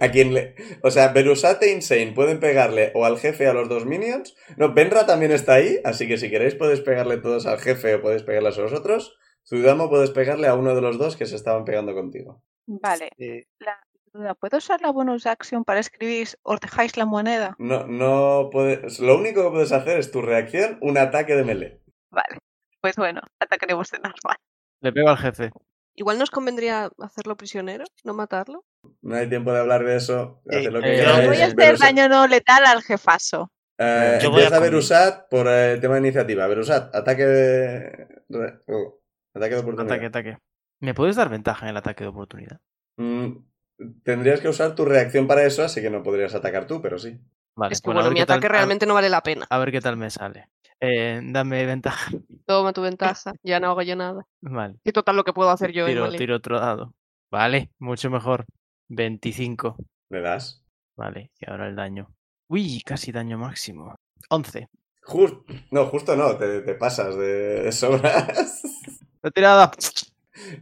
Speaker 1: A quien le. O sea, Berusate e Insane pueden pegarle o al jefe a los dos minions. No, Benra también está ahí, así que si queréis podéis pegarle todos al jefe o podéis pegarles a los otros. Zuidamo puedes pegarle a uno de los dos que se estaban pegando contigo.
Speaker 6: Vale.
Speaker 4: eh,
Speaker 6: duda, ¿Puedo usar la bonus action para escribir os dejáis la moneda?
Speaker 1: No, no puedes. Lo único que puedes hacer es tu reacción, un ataque de melee.
Speaker 2: Vale, pues bueno, atacaremos de normal.
Speaker 5: Le pego al jefe.
Speaker 3: Igual nos convendría hacerlo prisionero, no matarlo.
Speaker 1: No hay tiempo de hablar de eso. Haced lo que
Speaker 4: Eh,
Speaker 1: queráis.
Speaker 2: Voy a
Speaker 5: Eh,
Speaker 2: hacer
Speaker 1: Berusate-
Speaker 2: daño no letal al jefazo.
Speaker 1: Eh,
Speaker 4: Yo voy a
Speaker 1: empieza
Speaker 4: con-
Speaker 1: Berusat por eh, tema de iniciativa. Berusat, ataque de. re- oh, ataque de oportunidad.
Speaker 5: Ataque, ataque. ¿Me puedes dar ventaja en el ataque de oportunidad?
Speaker 1: Mm, tendrías que usar tu reacción para eso, así que no podrías atacar tú, pero sí.
Speaker 5: Vale,
Speaker 3: es que
Speaker 5: bueno, a
Speaker 3: bueno,
Speaker 5: ver
Speaker 3: mi
Speaker 5: qué tal-
Speaker 3: ataque
Speaker 5: a-
Speaker 3: realmente no vale la pena.
Speaker 5: A ver qué tal me sale. Eh, dame ventaja.
Speaker 3: Toma tu ventaja, ya no hago yo nada.
Speaker 5: Vale.
Speaker 3: Y total lo que puedo hacer yo en
Speaker 5: Tiro,
Speaker 3: Malin.
Speaker 5: tiro otro dado. Vale, mucho mejor. 25.
Speaker 1: Le das.
Speaker 5: Vale, y ahora el daño. Uy, casi daño máximo. 11.
Speaker 1: Justo. No, justo no, te, te pasas de, de sobras.
Speaker 5: La tirada.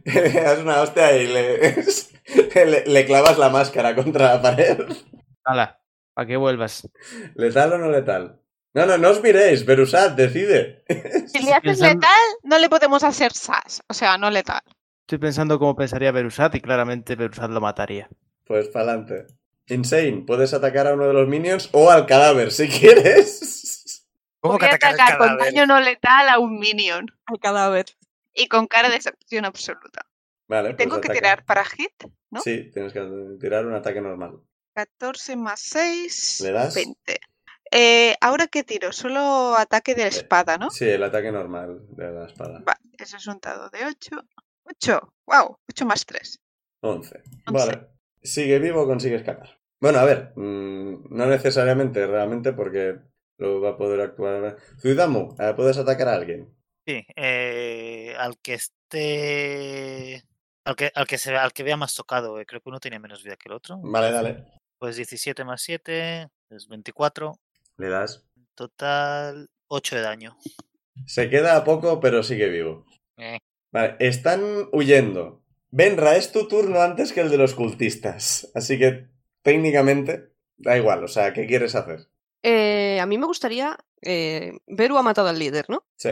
Speaker 1: Le das una hostia y le, le, le clavas la máscara contra la pared.
Speaker 5: Hala, para que vuelvas.
Speaker 1: ¿Letal o no letal? No, no, no os miréis, Berusat, decide.
Speaker 2: Si le haces
Speaker 5: piensan-
Speaker 2: letal, no le podemos hacer sas. O sea, no letal.
Speaker 5: Estoy pensando cómo pensaría Berusat y claramente Berusat lo mataría.
Speaker 1: Pues pa'lante. Insane, puedes atacar a uno de los minions o al cadáver si quieres.
Speaker 4: ¿Cómo que
Speaker 2: Voy a
Speaker 4: atacar al
Speaker 2: atacar con
Speaker 4: cadáver?
Speaker 2: daño no letal a un minion.
Speaker 3: Al cadáver.
Speaker 2: Y con cara de decepción absoluta.
Speaker 1: Vale, pues
Speaker 2: Tengo que
Speaker 1: ataca.
Speaker 2: tirar para hit. ¿no?
Speaker 1: Sí, tienes que tirar un ataque normal.
Speaker 2: 14 más 6.
Speaker 1: ¿Le das?
Speaker 2: 20. Eh, ¿Ahora qué tiro? Solo ataque
Speaker 4: Eh.
Speaker 2: de espada, ¿no?
Speaker 1: Sí, el ataque normal de la espada.
Speaker 2: Vale, eso es un dado de 8. 8. ¡Wow! 8 más 3.
Speaker 1: 11. Vale. Sigue vivo, consigue escapar. Bueno, a ver, mm, no necesariamente, realmente, porque lo va a poder actuar. Zuidamu, eh, puedes atacar a alguien.
Speaker 4: Sí, eh, al que esté. Al que, al, que se, al que vea más tocado, eh, creo que uno tiene menos vida que el otro.
Speaker 1: Vale, dale.
Speaker 4: Pues 17 más 7 es 24.
Speaker 1: Le das.
Speaker 4: Total 8 de daño.
Speaker 1: Se queda a poco, pero sigue vivo.
Speaker 4: Eh.
Speaker 1: Vale, están huyendo. Benra, es tu turno antes que el de los cultistas. Así que, técnicamente, da igual. O sea, ¿qué quieres hacer?
Speaker 3: Eh, a mí me gustaría. eh, Beru ha matado al líder, ¿no?
Speaker 1: Sí.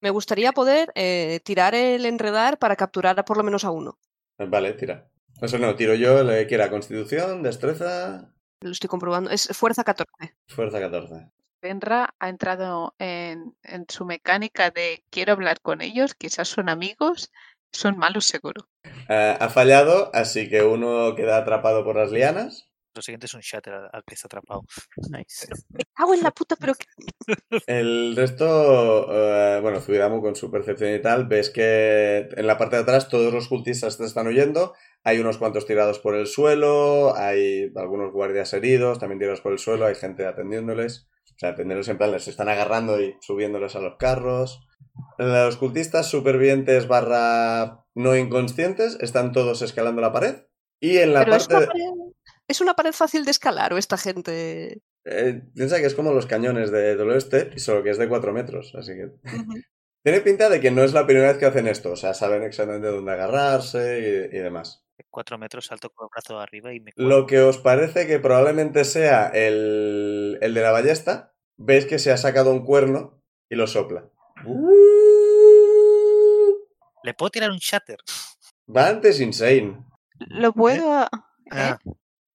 Speaker 3: Me gustaría poder eh, tirar el enredar para capturar a por lo menos a uno.
Speaker 1: Vale, tira. Eso no, tiro yo, le quiera constitución, destreza,
Speaker 3: Lo estoy comprobando. Es fuerza 14.
Speaker 1: fuerza 14.
Speaker 6: Benra ha entrado en, en su mecánica de quiero hablar con ellos, quizás son amigos, son malos seguro.
Speaker 1: Eh, ha fallado, así que uno queda atrapado por las lianas.
Speaker 4: Lo siguiente es un shatter al, al que está atrapado.
Speaker 5: Nice.
Speaker 3: Hago en la puta, pero que-
Speaker 1: El resto, eh, bueno, Zuidamu con su percepción y tal, ves que en la parte de atrás todos los cultistas te están huyendo. Hay unos cuantos tirados por el suelo, hay algunos guardias heridos, también tirados por el suelo, hay gente atendiéndoles. O sea, atendiéndoles en plan, les están agarrando y subiéndoles a los carros. Los cultistas supervivientes barra no inconscientes están todos escalando la pared. Y en la
Speaker 3: pero es,
Speaker 1: parte...
Speaker 3: una
Speaker 1: de-
Speaker 3: pared... es una pared fácil de escalar o esta gente.
Speaker 1: Eh, piensa que es como los cañones de, del oeste, solo que es de 4 metros, así que...
Speaker 3: Ujú.
Speaker 1: Tiene pinta de que no es la primera vez que hacen esto, o sea, saben exactamente dónde agarrarse y, y demás.
Speaker 4: 4 metros salto con el brazo arriba y me.
Speaker 1: Lo que os parece que probablemente sea el, el de la ballesta, veis que se ha sacado un cuerno y lo sopla.
Speaker 2: Uh.
Speaker 4: ¿Le puedo tirar un shatter?
Speaker 1: Va antes insane.
Speaker 2: Lo
Speaker 6: ¿eh?
Speaker 2: puedo.
Speaker 4: Ah,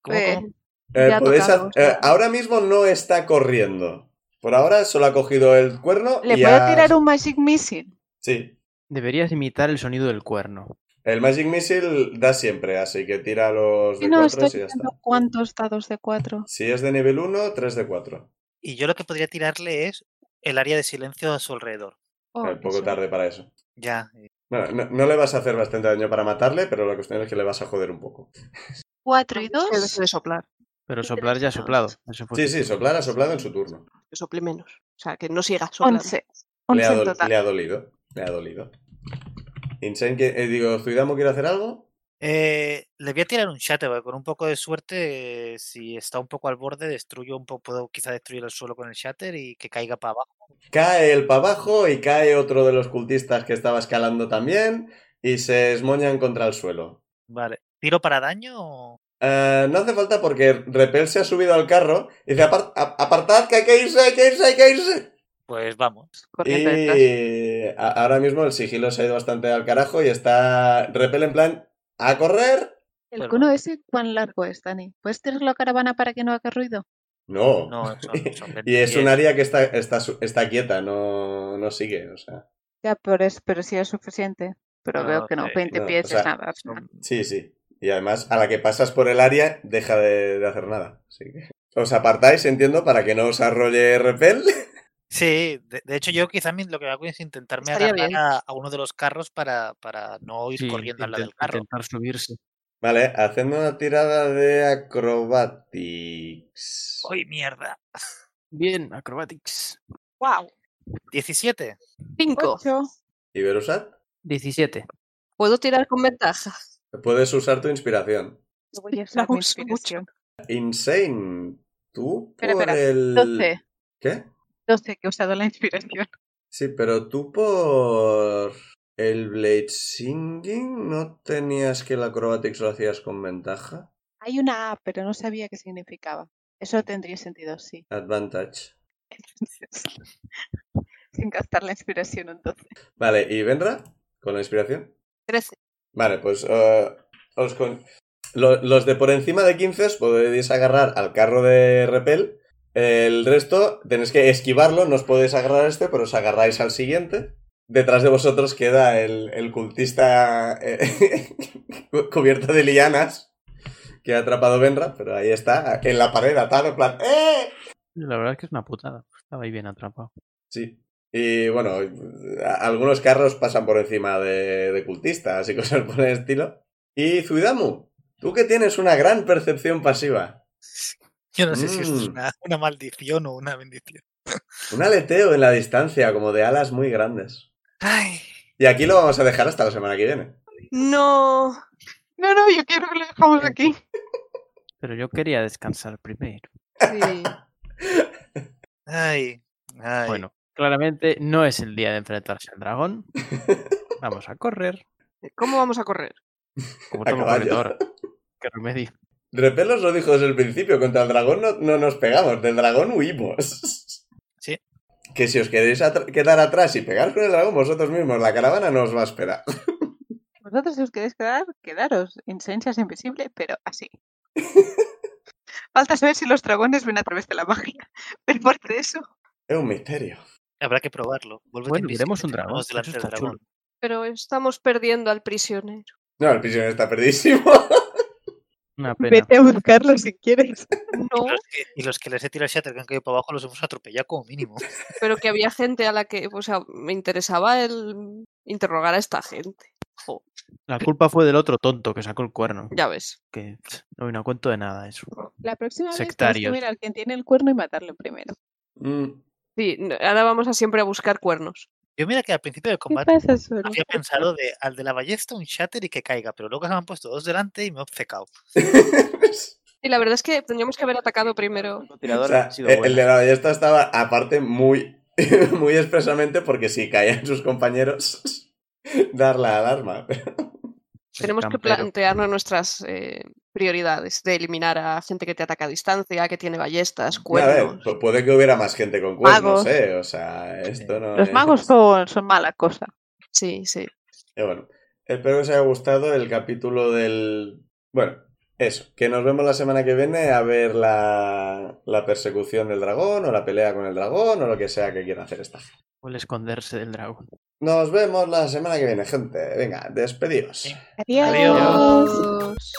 Speaker 4: ¿cómo,
Speaker 6: Pues,
Speaker 2: Eh,
Speaker 4: cómo?
Speaker 1: Eh,
Speaker 2: Ya
Speaker 1: podéis
Speaker 2: tocaba,
Speaker 1: ha-
Speaker 2: o sea.
Speaker 1: eh, ahora mismo no está corriendo. Por ahora solo ha cogido el cuerno
Speaker 2: ¿Le
Speaker 1: y
Speaker 2: puedo
Speaker 1: ha-
Speaker 2: tirar un Magic Missile?
Speaker 1: Sí,
Speaker 5: Deberías imitar el sonido del cuerno.
Speaker 1: El Magic Missile da siempre, así que tira los de
Speaker 6: no,
Speaker 1: 4
Speaker 6: estoy
Speaker 1: y ya está.
Speaker 6: viendo cuántos dados de cuatro.
Speaker 1: Si es de nivel 1, 3 de 4.
Speaker 4: Y yo lo que podría tirarle es el área de silencio a su alrededor.
Speaker 6: Oh,
Speaker 1: poco
Speaker 6: eso.
Speaker 1: tarde para eso.
Speaker 4: Ya. eh,
Speaker 1: Bueno, no, no le vas a hacer bastante daño para matarle, pero la cuestión es que le vas a joder un poco.
Speaker 6: Cuatro y
Speaker 3: Que deje
Speaker 6: dos.
Speaker 3: de soplar.
Speaker 5: Pero soplar ya ha soplado. Eso fue
Speaker 1: Pues Sí, sí, soplar ha soplado en su turno.
Speaker 3: Que sople menos. O sea, que no siga soplando.
Speaker 2: Once.
Speaker 1: Le
Speaker 2: Once
Speaker 1: ha,
Speaker 2: en
Speaker 1: dol-
Speaker 2: total.
Speaker 1: le ha dolido. Le ha dolido. Insane, que, eh, digo, ¿Zuidamo quiere hacer algo?
Speaker 4: eh, le voy a tirar un shatter, porque con un poco de suerte, eh, si está un poco al borde, destruyo un poco, puedo quizá destruir el suelo con el shatter y que caiga para abajo.
Speaker 1: Cae el para abajo y cae otro de los cultistas que estaba escalando también y se esmoñan contra el suelo.
Speaker 4: Vale. ¿Tiro para daño o-
Speaker 1: Eh, no hace falta porque Repel se ha subido al carro y dice, "Apar- a- apartad, que hay que irse, hay que irse, hay que irse.
Speaker 4: Pues vamos.
Speaker 3: Corriendo detrás.
Speaker 1: Y a- ahora mismo el sigilo se ha ido bastante al carajo y está Repel en plan, a correr.
Speaker 6: ¿El
Speaker 4: Pues
Speaker 6: cono
Speaker 4: vale.
Speaker 6: ese cuán largo es, Dani? ¿Puedes tener la caravana para que no haga ruido?
Speaker 1: No.
Speaker 4: No, son, son
Speaker 1: y es
Speaker 4: 20.
Speaker 1: un área que está, está, su- está quieta, no, no sigue. O sea,
Speaker 6: Ya, pero, es, pero sí es suficiente. Pero
Speaker 4: No,
Speaker 6: veo que no,
Speaker 4: sí.
Speaker 6: 20
Speaker 1: No,
Speaker 6: pies
Speaker 1: o
Speaker 6: es
Speaker 1: sea,
Speaker 4: Ah,
Speaker 6: nada.
Speaker 4: son-
Speaker 1: sí, sí. Y además, a la que pasas por el área, deja de, de hacer nada. Así que- Os apartáis, entiendo, para que no os arrolle repel.
Speaker 4: Sí, de, de hecho yo quizá mi- lo que hago es intentarme
Speaker 3: Estaría
Speaker 4: agarrar
Speaker 3: bien.
Speaker 4: a, a uno de los carros para, para no ir corriendo al lado del carro.
Speaker 5: Intentar subirse.
Speaker 1: Vale, hacedme una tirada de acrobatics.
Speaker 4: ¡Ay, mierda!
Speaker 5: Bien, acrobatics.
Speaker 2: ¡Wow!
Speaker 4: 17.
Speaker 3: Cinco.
Speaker 1: ¿Y Berusat?
Speaker 5: 17.
Speaker 3: Puedo tirar con ventaja.
Speaker 1: Puedes usar tu inspiración.
Speaker 6: Yo voy a
Speaker 2: La
Speaker 6: usar mi
Speaker 2: uso mucho.
Speaker 6: inspiración.
Speaker 1: Insane. Tú por
Speaker 2: Espera, espera.
Speaker 1: el...
Speaker 6: 12.
Speaker 1: ¿Qué?
Speaker 6: 12 que he usado la inspiración.
Speaker 1: Sí, pero tú por el Blade Singing no tenías que el acrobatics lo hacías con ventaja.
Speaker 6: Hay una A, pero no sabía qué significaba. Eso tendría sentido, sí.
Speaker 1: Advantage.
Speaker 6: Entonces, sin gastar la inspiración entonces.
Speaker 1: Vale, ¿y Vendra? ¿Con la inspiración?
Speaker 3: Trece.
Speaker 1: Vale, pues eh, os con- lo- los de por encima de 15 os podéis agarrar al carro de repel. El resto tenéis que esquivarlo, no os podéis agarrar a este, pero os agarráis al siguiente. Detrás de vosotros queda el, el cultista eh, cu- cubierto de lianas que ha atrapado Benra, pero ahí está, en la pared atado, en plan ¡Eh!
Speaker 5: La verdad es que es una putada. Estaba ahí bien atrapado.
Speaker 1: Sí. Y bueno, a- algunos carros pasan por encima de, de cultistas y cosas por el estilo. Y Zuidamu, tú que tienes una gran percepción pasiva.
Speaker 4: Yo no sé si esto es
Speaker 1: Mm.
Speaker 4: una, una maldición o una bendición.
Speaker 1: Un aleteo en la distancia, como de alas muy grandes.
Speaker 4: Ay,
Speaker 1: Y aquí lo vamos a dejar hasta la semana que viene.
Speaker 3: No.
Speaker 6: No, no, yo quiero que lo dejamos aquí.
Speaker 5: Pero yo quería descansar primero.
Speaker 3: Sí.
Speaker 4: ay, ay.
Speaker 5: Bueno, claramente no es el día de enfrentarse al dragón. Vamos a correr.
Speaker 3: ¿Cómo vamos a correr?
Speaker 5: Como
Speaker 1: A
Speaker 5: todo
Speaker 1: caballo.
Speaker 5: corredor. Qué remedio.
Speaker 1: Repel os lo dijo desde el principio, contra el dragón no, no nos pegamos, del dragón huimos.
Speaker 4: Sí.
Speaker 1: Que si os queréis atr- quedar atrás y pegar con el dragón vosotros mismos, la caravana no os va a esperar.
Speaker 6: Vosotros si os queréis quedar, quedaros. Insensia es invisible, pero así. Falta saber si los dragones ven a través de la magia. Pero aparte de eso,
Speaker 1: Es un misterio.
Speaker 4: Habrá que probarlo. Vuélvete
Speaker 5: Bueno,
Speaker 4: invisible,
Speaker 5: veremos un
Speaker 4: te
Speaker 5: dragón.
Speaker 4: ponemos
Speaker 5: Eso
Speaker 4: delante del
Speaker 5: está
Speaker 4: dragón.
Speaker 5: chulo.
Speaker 3: Pero estamos perdiendo al prisionero.
Speaker 1: No, el prisionero está perdidísimo.
Speaker 5: Una pena.
Speaker 6: a buscarlo si quieres.
Speaker 3: No,
Speaker 4: Y los que- Y los que les he tirado el shatter que han caído para abajo los hemos atropellado como mínimo.
Speaker 3: pero que había gente a la que, o sea, me interesaba el interrogar a esta gente. Jo,
Speaker 5: La culpa fue del otro tonto que sacó el cuerno.
Speaker 3: ya ves.
Speaker 5: Que pff, no vino a cuento de nada eso.
Speaker 6: La próxima vez tienes que
Speaker 5: Sectarios.
Speaker 6: mirar quién tiene el cuerno y matarlo primero.
Speaker 1: Mm,
Speaker 3: Sí, no- ahora vamos a siempre a buscar cuernos.
Speaker 4: Yo mira que al principio del
Speaker 6: ¿Qué
Speaker 4: combate
Speaker 6: pasa, Sora?
Speaker 4: había pensado de al de la ballesta un shatter y que caiga, pero luego se me han puesto dos delante y me he obcecado.
Speaker 3: Y la verdad es que tendríamos que haber atacado primero.
Speaker 1: O sea, el, el de la ballesta estaba aparte muy, muy expresamente porque si caían sus compañeros, dar la alarma.
Speaker 3: Tenemos que plantearnos nuestras eh, prioridades de eliminar a gente que te ataca a distancia, que tiene
Speaker 1: A
Speaker 3: ballestas,
Speaker 1: ver,
Speaker 3: cuernos.
Speaker 1: pu- puede que hubiera más gente con cuernos,
Speaker 6: Magos.
Speaker 1: ¿eh? O sea, esto no
Speaker 6: Los
Speaker 1: es-
Speaker 6: magos son, son mala cosa.
Speaker 3: Sí, sí.
Speaker 1: Eh, bueno, espero que os haya gustado el capítulo del... Bueno, eso, que nos vemos la semana que viene a ver la, la persecución del dragón o la pelea con el dragón o lo que sea que quiera hacer esta gente.
Speaker 5: O el esconderse del dragón.
Speaker 1: Nos vemos la semana que viene, gente. Venga, despedidos.
Speaker 4: Sí.
Speaker 6: Adiós.
Speaker 3: Adiós.